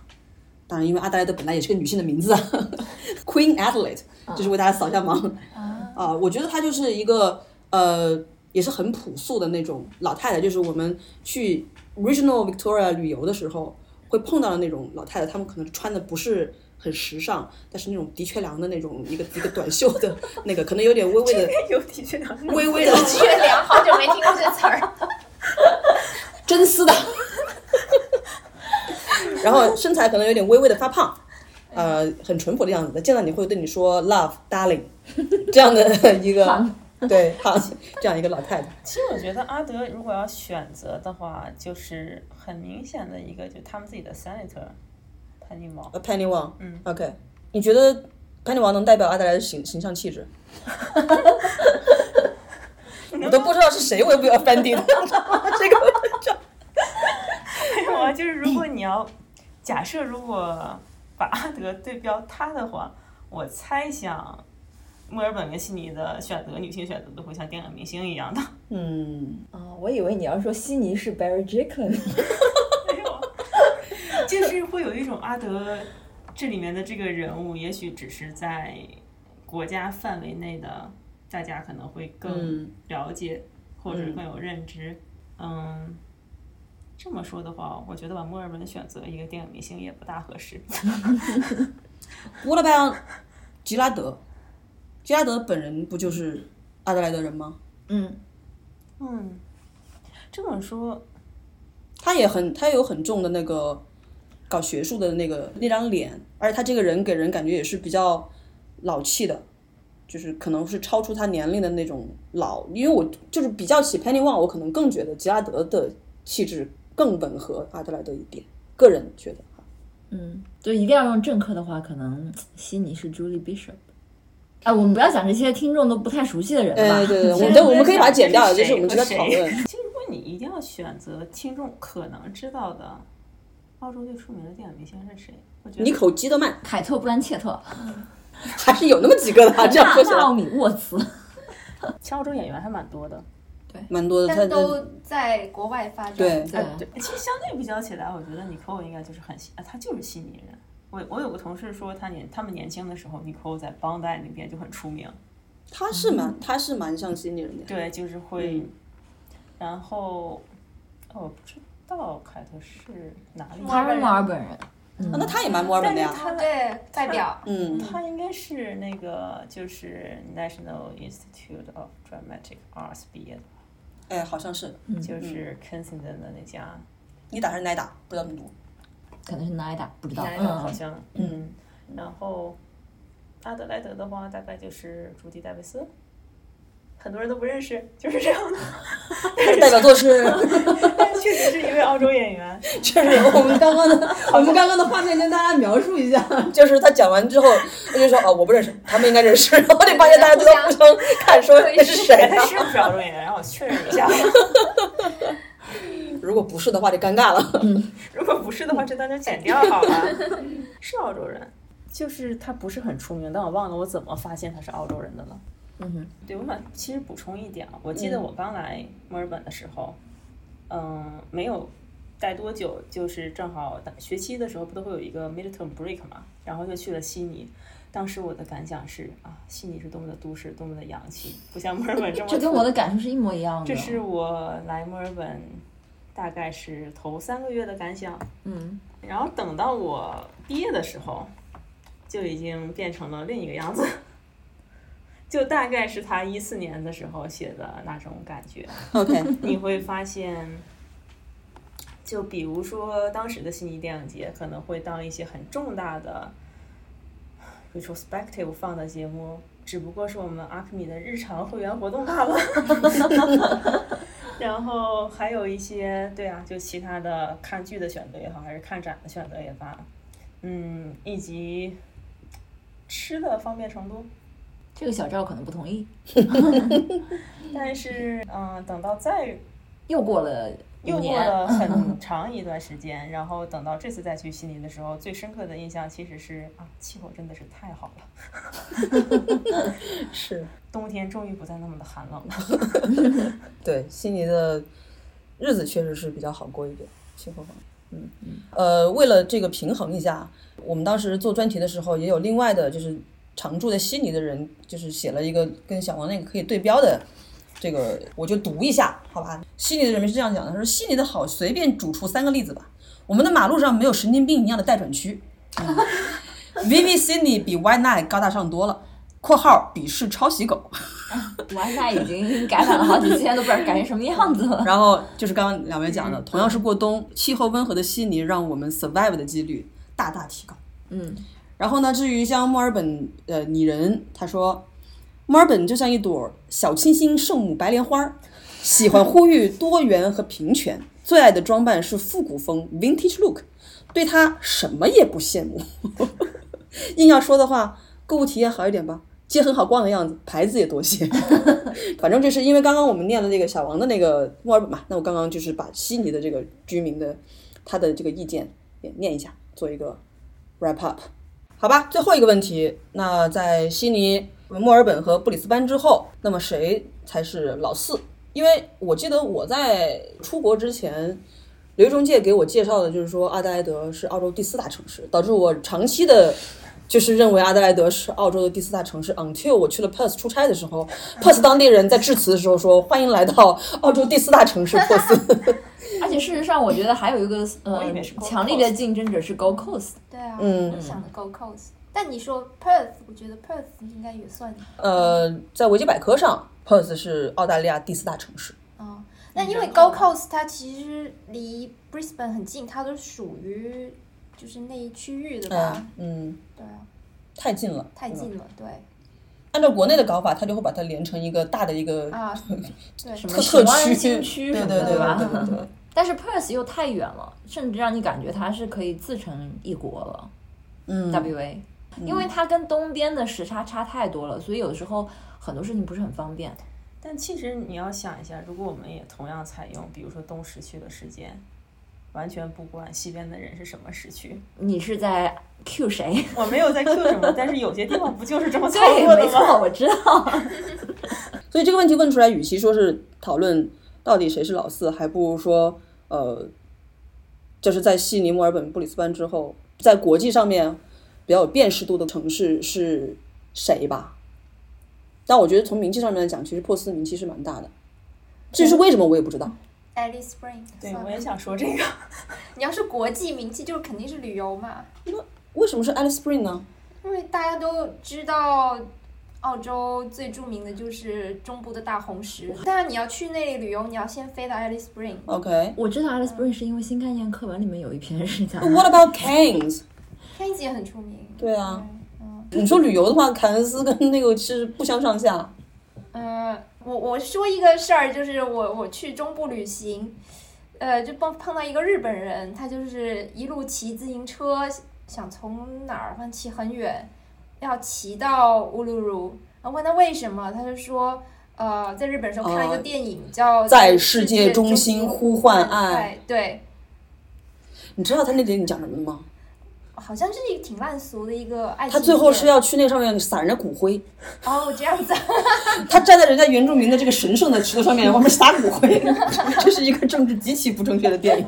S3: 当然，因为阿德莱德本来也是个女性的名字啊 ，Queen Adelaide，就是为大家扫一下盲 啊。我觉得她就是一个呃，也是很朴素的那种老太太，就是我们去 Regional Victoria 旅游的时候会碰到的那种老太太，她们可能穿的不是。很时尚，但是那种的确良的那种一个一个短袖的 那个，可能有点微微的
S5: 有的确良心，
S3: 微微的
S4: 确良，好久没听过这 词儿。
S3: 真丝的， 然后身材可能有点微微的发胖，呃，很淳朴的样子，见到你会对你说 “love darling” 这样的一个 对胖这样一个老太太，
S5: 其实我觉得阿德如果要选择的话，就是很明显的一个，就他们自己的 senator 潘尼毛。
S3: 呃，Penny Wong，嗯，OK，你觉得 Penny Wong 能代表阿德莱的形形象气质？ 我都不知道是谁，我也不要 Fendi 的这个文章。
S5: 我 就是如果你要假设，如果 把阿德对标他的话，我猜想墨尔本跟悉尼的选择，女性选择都会像电影明星一样的。
S3: 嗯，
S2: 啊，我以为你要说悉尼是 Barry Jenkins，
S5: 没有， 就是会有一种阿德这里面的这个人物，也许只是在国家范围内的，大家可能会更
S3: 嗯
S5: 了解、或者更有认知。嗯，这么说的话，我觉得把墨尔本选择一个电影明星也不大合适。
S3: 我老板吉拉德，吉拉德本人不就是阿德莱德人吗？
S2: 嗯，
S5: 嗯，这么说，
S3: 他也很，他有很重的那个搞学术的那个那张脸，而且他这个人给人感觉也是比较老气的，就是可能是超出他年龄的那种老。因为我就是比较起 Penny Wong，我可能更觉得吉拉德的气质更吻合阿德莱德一点，个人觉得。
S2: 就嗯一定要用政客的话，可能悉尼是 Julie Bishop。哎，我们不要讲这些听众都不太熟悉的人吧。
S3: 哎，对对，我们
S5: 对
S3: 等我们可以把它剪掉，就是
S5: 这
S3: 是
S5: 谁
S3: 我们正在讨论。
S5: 其实如果你一定要选择听众可能知道的澳洲最出名的电影明星是谁，我觉得
S3: 妮蔻基德曼
S2: 凯特·布兰切特、
S3: 还是有那么几个 的啊，这样
S2: 纳
S3: 说起
S2: 纳奥
S3: 来
S2: 米·沃茨，
S5: 其实澳洲演员还蛮多的。
S3: 蛮多的。他
S4: 但
S3: 的
S4: 都在国外发展。
S3: 对
S2: 对
S5: 哎对，其实相对比较起来，我觉得 Nicole 应该就是很悉，啊，他就是悉尼人。我我有个同事说，他年他们年轻的时候，Nicole 在邦代那边就很出名，
S3: 他是蛮他是蛮像悉尼人的。
S5: 对，就是会，
S3: 嗯
S5: 然后哦我不知道凯特是哪里，
S4: 墨尔
S2: 他是
S4: 本人
S2: 墨尔本人。
S3: 啊那他也蛮墨尔本的呀。
S5: 他
S4: 对，代表
S3: 嗯，
S5: 他应该是那个就是 National Institute of Dramatic Arts 毕业的，
S3: 哎，好像是。
S5: 就是 Kensington 的那家，
S3: 你打还是挨打？不知道怎么读。
S2: 可能是 Nida，不知道。
S5: 那个好
S2: 嗯，
S5: 像嗯，然后阿德莱德的话大概就是朱迪戴维斯，很多人都不认识，就是这样的，
S3: 代表作是，
S5: 但确实是一位澳洲演员，
S3: 就是我们刚刚的，我们刚刚的画面跟大家描述一下，就是他讲完之后，他就说哦，我不认识，他们应该认识，然后就发现大家都在互相看，说那是谁
S5: 哎
S3: 啊
S5: 他是不是澳洲演员？让我确认一下，
S3: 如果不是的话，就尴尬了。
S5: 如果不是的话，这段就剪掉
S2: 嗯
S5: 好了。是澳洲人，就是他不是很出名，但我忘了我怎么发现他是澳洲人的了。
S2: 嗯哼，嗯
S5: 对，我想其实补充一点啊，我记得我刚来墨尔本的时候，嗯，没有待多久，就是正好学期的时候不都会有一个 midterm break 嘛，然后就去了悉尼。当时我的感想是啊，悉尼是多么的都市，多么的洋气，不像墨尔本这 么。
S2: 嗯这跟我的感受是一模一样的。
S5: 这是我来墨尔本大概是头三个月的感想。
S2: 嗯，
S5: 然后等到我毕业的时候，就已经变成了另一个样子，就大概是他一四年的时候写的那种 感觉。
S3: OK，
S5: 你会发现，就比如说当时的悉尼电影节可能会当一些很重大的 retrospective 放的节目，只不过是我们阿克米的日常会员活动罢了。然后还有一些，对啊，就其他的看剧的选择也好，还是看展的选择也罢，嗯，以及吃的方便程度。
S2: 这个小赵可能不同意，
S5: 但是，嗯、等到再
S2: 又过了五
S5: 又过
S2: 年，
S5: 了很长一段时间，然后等到这次再去悉尼的时候，最深刻的印象其实是啊，气候真的是太好了，
S3: 是
S5: 冬天终于不再那么的寒冷了。
S3: 对悉尼的日子确实是比较好过一点，气候方面。嗯，呃，为了这个平衡一下，我们当时做专题的时候，也有另外的，就是常住在悉尼的人，就是写了一个跟小王那个可以对标的这个我就读一下，好吧？悉尼的人民是这样讲的，他说悉尼的好，随便煮出三个例子吧。我们的马路上没有神经病一样的待转区、嗯、，Vivi Sydney 比 White Night 高大上多了。（括号鄙视抄袭狗
S2: 完那已经改版了好几次，现在都不知道改成什么样子）。 了。
S3: 然后就是刚刚两位讲的，同样是过冬，气候温和的悉尼让我们 survive 的几率大大提高。
S2: 嗯，
S3: 然后呢，至于像墨尔本呃拟人，他说，墨尔本就像一朵小清新圣母白莲花儿，喜欢呼吁多元和平权，最爱的装扮是复古风 （vintage look），对他什么也不羡慕。 硬要说的话，购物体验好一点吧，街很好逛的样子，牌子也多些。反正就是因为刚刚我们念了那个小王的那个墨尔本嘛，那我刚刚就是把悉尼的这个居民的他的这个意见也念一下，做一个 wrap up。好吧，最后一个问题，那在悉尼、墨尔本和布里斯班之后，那么谁才是老四？因为我记得我在出国之前，刘中介给我介绍的就是说阿德莱德是澳洲第四大城市，导致我长期的。就是认为阿德莱德是澳洲的第四大城市，until 我去了 Perth 出差的时候，Perth 当地人在致辞的时候说：“欢迎来到澳洲第四大城市珀 斯。
S2: 而且事实上，我觉得还有一个呃
S5: 我以为是 Gold
S2: 强烈的竞争者是 Gold Coast，
S4: 对啊，
S3: 嗯
S4: 我想的 Go Coast，但你说 Perth，我觉得 Perth 应该也算，”
S3: 呃，在维基百科上，Perth 是澳大利亚第四大城市。
S4: 嗯，那因为
S5: 然后
S4: Go Coast 它其实离 Brisbane 很近，它都属于就是那一区域的吧，
S3: 嗯嗯，
S4: 对啊，
S3: 太近了，
S4: 太
S3: 对吧。
S4: 近了，
S5: 嗯
S4: 对
S3: 按照国内的搞法，它就会把它连成一个大的一个
S4: 啊，
S3: 特
S4: 对，
S2: 什么
S3: 特
S2: 秦王
S3: 区，
S2: 新区
S3: 对
S2: 什么
S3: 对
S2: 的
S3: 对
S2: 对吧
S3: 对对 对对。
S2: 但是 Perth 又太远了，甚至让你感觉它是可以自成一国了。
S3: 嗯
S2: WA，因为它跟东边的时差差太多了，所以有时候很多事情不是很方便。
S5: 但其实你要想一下，如果我们也同样采用，比如说东时区的时间，完全不管西边的人是什么时区，
S2: 你是在 Q 谁？
S5: 我没有在 Q 什么，但是有些地方不就是这么操
S2: 对，
S5: 作
S2: 没
S5: 的吗？
S2: 错，我知道。
S3: 所以这个问题问出来，与其说是讨论到底谁是老四，还不如说，呃，就是在悉尼、墨尔本、布里斯班之后，在国际上面比较有辨识度的城市是谁吧。但我觉得从名气上面来讲，其实珀斯名气是蛮大的。至于是为什么，我也不知道。
S4: ，Alice Spring，
S5: 对，
S4: 算
S5: 我
S4: 了
S5: 也想说这个。
S4: 你要是国际名气，就是肯定是旅游嘛，
S3: 为什么是 Alice Spring 呢？
S4: 因为大家都知道，澳洲最著名的就是中部的大红石。
S3: 嗯
S4: 但是你要去那里旅游，你要先飞到 Alice Spring。
S3: OK。
S2: 我知道 Alice Spring 是因为新概念课文里面有一篇是讲
S3: But what about Cairns？
S4: k e n s 也很出名。
S3: 对啊，
S4: 嗯，
S3: 你说旅游的话，凯恩斯跟那个是不相上下。
S4: 呃，我我说一个事儿，就是我我去中部旅行，呃，就碰碰到一个日本人，他就是一路骑自行车，想从哪儿反正骑很远，要骑到乌鲁鲁。然后问他为什么，他就说，呃，在日本时候看了一个
S3: 哦
S4: 电影叫《
S3: 在世
S4: 世
S3: 界中
S4: 中
S3: 心
S4: 心
S3: 呼唤
S4: 唤
S3: 爱
S4: 对，
S3: 你知道他那电影讲什么吗？
S4: 好像是一个挺烂俗的一个爱情片。
S3: 他最后是要去那上面撒人家骨灰。
S4: 哦这样子啊，
S3: 他站在人家原住民的这个神圣的石头上面，往面撒骨灰，这是一个政治极其不正确的电影。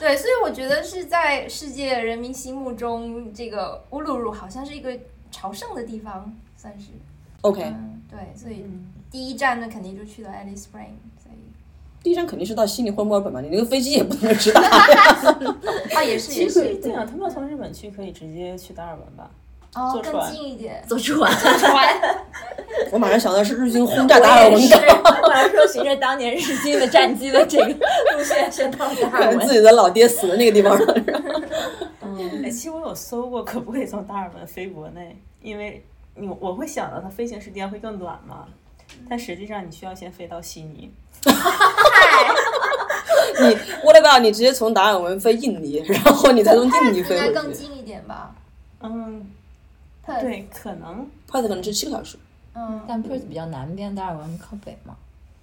S4: 对，所以我觉得是在世界人民心目中，这个乌鲁鲁好像是一个朝圣的地方，算是。
S3: OK，
S4: 嗯，对，所以第一站呢，肯定就去了 Alice Spring。所以
S3: 第一站肯定是到悉尼或墨尔本嘛，你那个飞机也不能直达呀。
S4: 啊，也是
S5: 其
S4: 也
S5: 实
S4: 是，
S5: 这样，他们从日本去可以直接去达尔文吧？
S4: 哦，
S5: 坐
S4: 更
S5: 船
S4: 近一点。
S2: 做出来。
S4: 船，
S3: 我马上想到是日军轰炸达尔文港，
S2: 我还说循着当年日军的战机的这个路线，先到达
S3: 可
S2: 尔
S3: 能自
S2: 文。
S3: 己的老爹死的那个地方了。
S5: 嗯哎，其实我有搜过，可不可以从达尔文飞博内？因为你我会想到它飞行时间会更短嘛，但实际上你需要先飞到悉尼，
S3: 你 what about 你直接从达尔文飞印尼，然后你再从印尼
S4: 应
S3: 飞
S4: 该更
S3: 回去？
S4: 近一点吧？
S5: 嗯，
S4: 特，
S5: 对，可能
S3: 帕特可能是七个小时，
S4: 嗯，
S2: 但 Perth 比较南边，达尔文靠北嘛。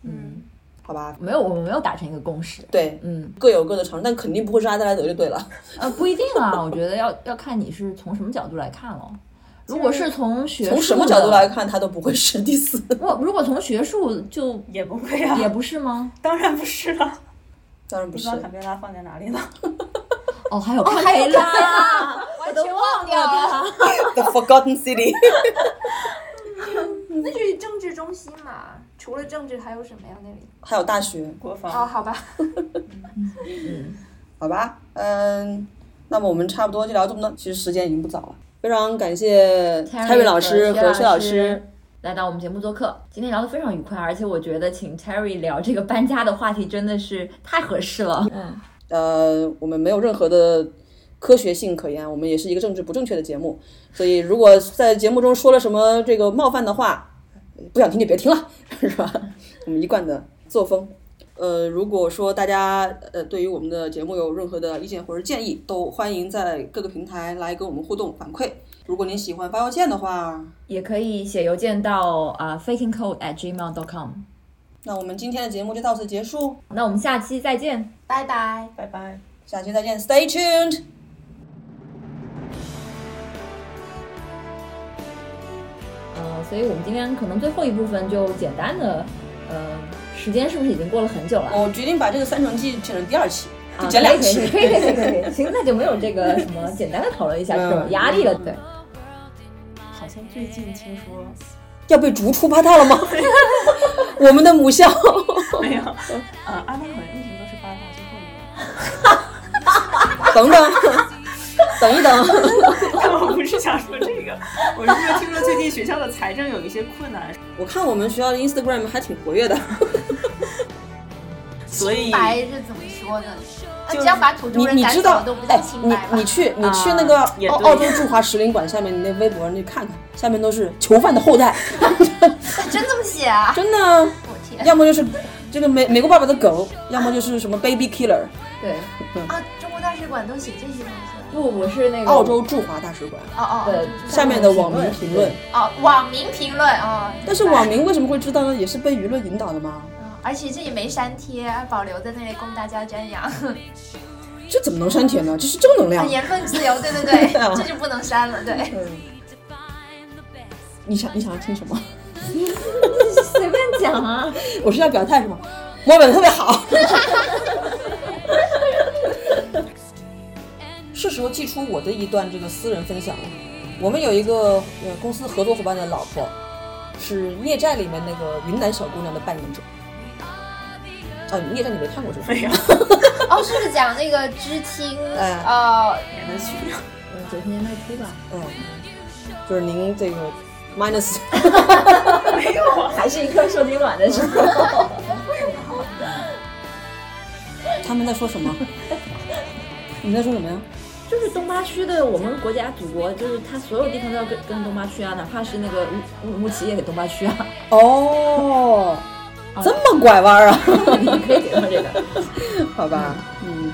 S5: 嗯，
S3: 好吧？
S2: 没有，我们没有达成一个共识。
S3: 对，
S2: 嗯，
S3: 各有各的长处，但肯定不会是阿德莱德就对了。
S2: 呃，不一定 啊，我觉得要要看你是从什么角度来看咯。如果是从学术
S3: 从什么角度来，看，他都不会是第四。
S2: 我如果从学术就
S5: 也不会啊，
S2: 也不是吗？
S5: 当然不是了，
S3: 当然
S5: 不
S3: 不
S5: 知
S3: 是，
S5: 道坎贝拉放在哪里了。
S2: 哦，还有堪培拉，
S4: 完全忘掉了，
S3: The Forgotten City
S4: 那就是政治中心嘛。除了政治还有什么呀？那里？
S3: 还有大学，
S5: 国
S4: 哦，
S5: 防，
S4: 好 吧，
S3: 好吧，嗯，那么我们差不多就聊这么多，其实时间已经不早了。非常感谢 Terry 老师和薛老师，
S6: 来到我们节目做客。今天聊得非常愉快，而且我觉得请 Terry 聊这个搬家的话题真的是太合适了。
S3: 呃，我们没有任何的科学性可言，我们也是一个政治不正确的节目，所以如果在节目中说了什么这个冒犯的话，不想听就别听了，是吧？我们一贯的作风。呃，如果说大家呃对于我们的节目有任何的意见或者建议，都欢迎在各个平台来跟我们互动反馈。如果您喜欢发邮件的话，
S6: 也可以写邮件到啊、fakingcode at gmail.com。
S3: 那我们今天的节目就到此结束，
S6: 那我们下期再见。
S4: 拜拜。
S5: 拜拜。
S3: 下期再见，Stay tuned。
S6: 呃，所以我们今天可能最后一部分就简单的，呃，时间是不是已经过了很久了？
S3: 我决定把这个三重记剪成第二期，就
S6: 啊
S3: 剪两期。
S6: 可以可以可以可以可以可以，行，那就没有这个什么简单的讨论一 下这种压力了，对。
S5: 好像最近听说
S3: 要被逐出八大了吗？我们的母校，
S5: 没 有，呃，阿那好像一直都是八大最后
S3: 等
S5: 一
S3: 等，等一等，
S5: 个。但 我不是想说这个，我是说听说最近学校的财政有一些困难，
S3: 我看我们学校的 Instagram 还挺活跃的。
S5: 所以
S4: 白是怎么说的？他
S5: 就
S4: 只要把土著
S3: 你
S4: 人
S3: 你
S4: 赶
S3: 知
S4: 走
S3: 道
S4: 了，都不，叫
S3: 哎，
S4: 清
S3: 你
S4: 白吧？
S3: 你去你去那个
S5: 也
S3: 澳
S5: 对
S3: 澳洲驻华使领馆下面，你那微博上去看看，下面都是囚犯的后代，
S4: 真这么写啊？
S3: 真的啊，
S4: 我天
S3: 要么就是这个美美国爸爸的狗，要么就是什么 Baby Killer。
S6: 对，
S4: 啊！中国大使馆都写这些东西
S6: 不，我是
S2: 哦
S6: 那个
S3: 澳洲驻华大使馆
S4: 了。哦
S6: 的
S4: 哦
S3: 下面的网民评论，
S4: 哦，网民评论啊，
S3: 但是网民为什么会知道呢？也是被舆论引导的吗？
S4: 嗯而且这也没删帖，还保留在那里供大家瞻 仰。
S3: 这怎么能删帖呢？这是正能
S4: 啊
S3: 量。
S4: 言论自由，对对对
S3: 对啊，
S4: 这就不能删了，对。
S3: 嗯，你想你想要听什么？
S6: 随便讲啊，
S3: 我是要表态是吗？我本特别好。 是时候寄出我的一段这个私人分享了。我们有一个呃公司合作伙伴的老婆，是《孽债》里面那个云南小姑娘的扮演者。啊，《孽债》你没看过这个？
S5: 没有。
S4: 哦，是不是讲那个知 青？
S3: 哎
S4: 呃，
S5: 免得 去掉。
S6: 嗯，九十年代初吧，
S3: 嗯，就是您这个 minus
S5: 哎
S6: 还是一颗受精卵的时候。
S3: 他们在说 什么？你在说什么呀？
S6: 就是东八区的我们国家祖国，就是它所有地方都要跟跟东八区啊，哪怕是那个乌乌鲁木齐也给东八区啊，
S3: 哦，这么拐弯啊？
S6: 你可以给他这个。
S3: 好吧，嗯，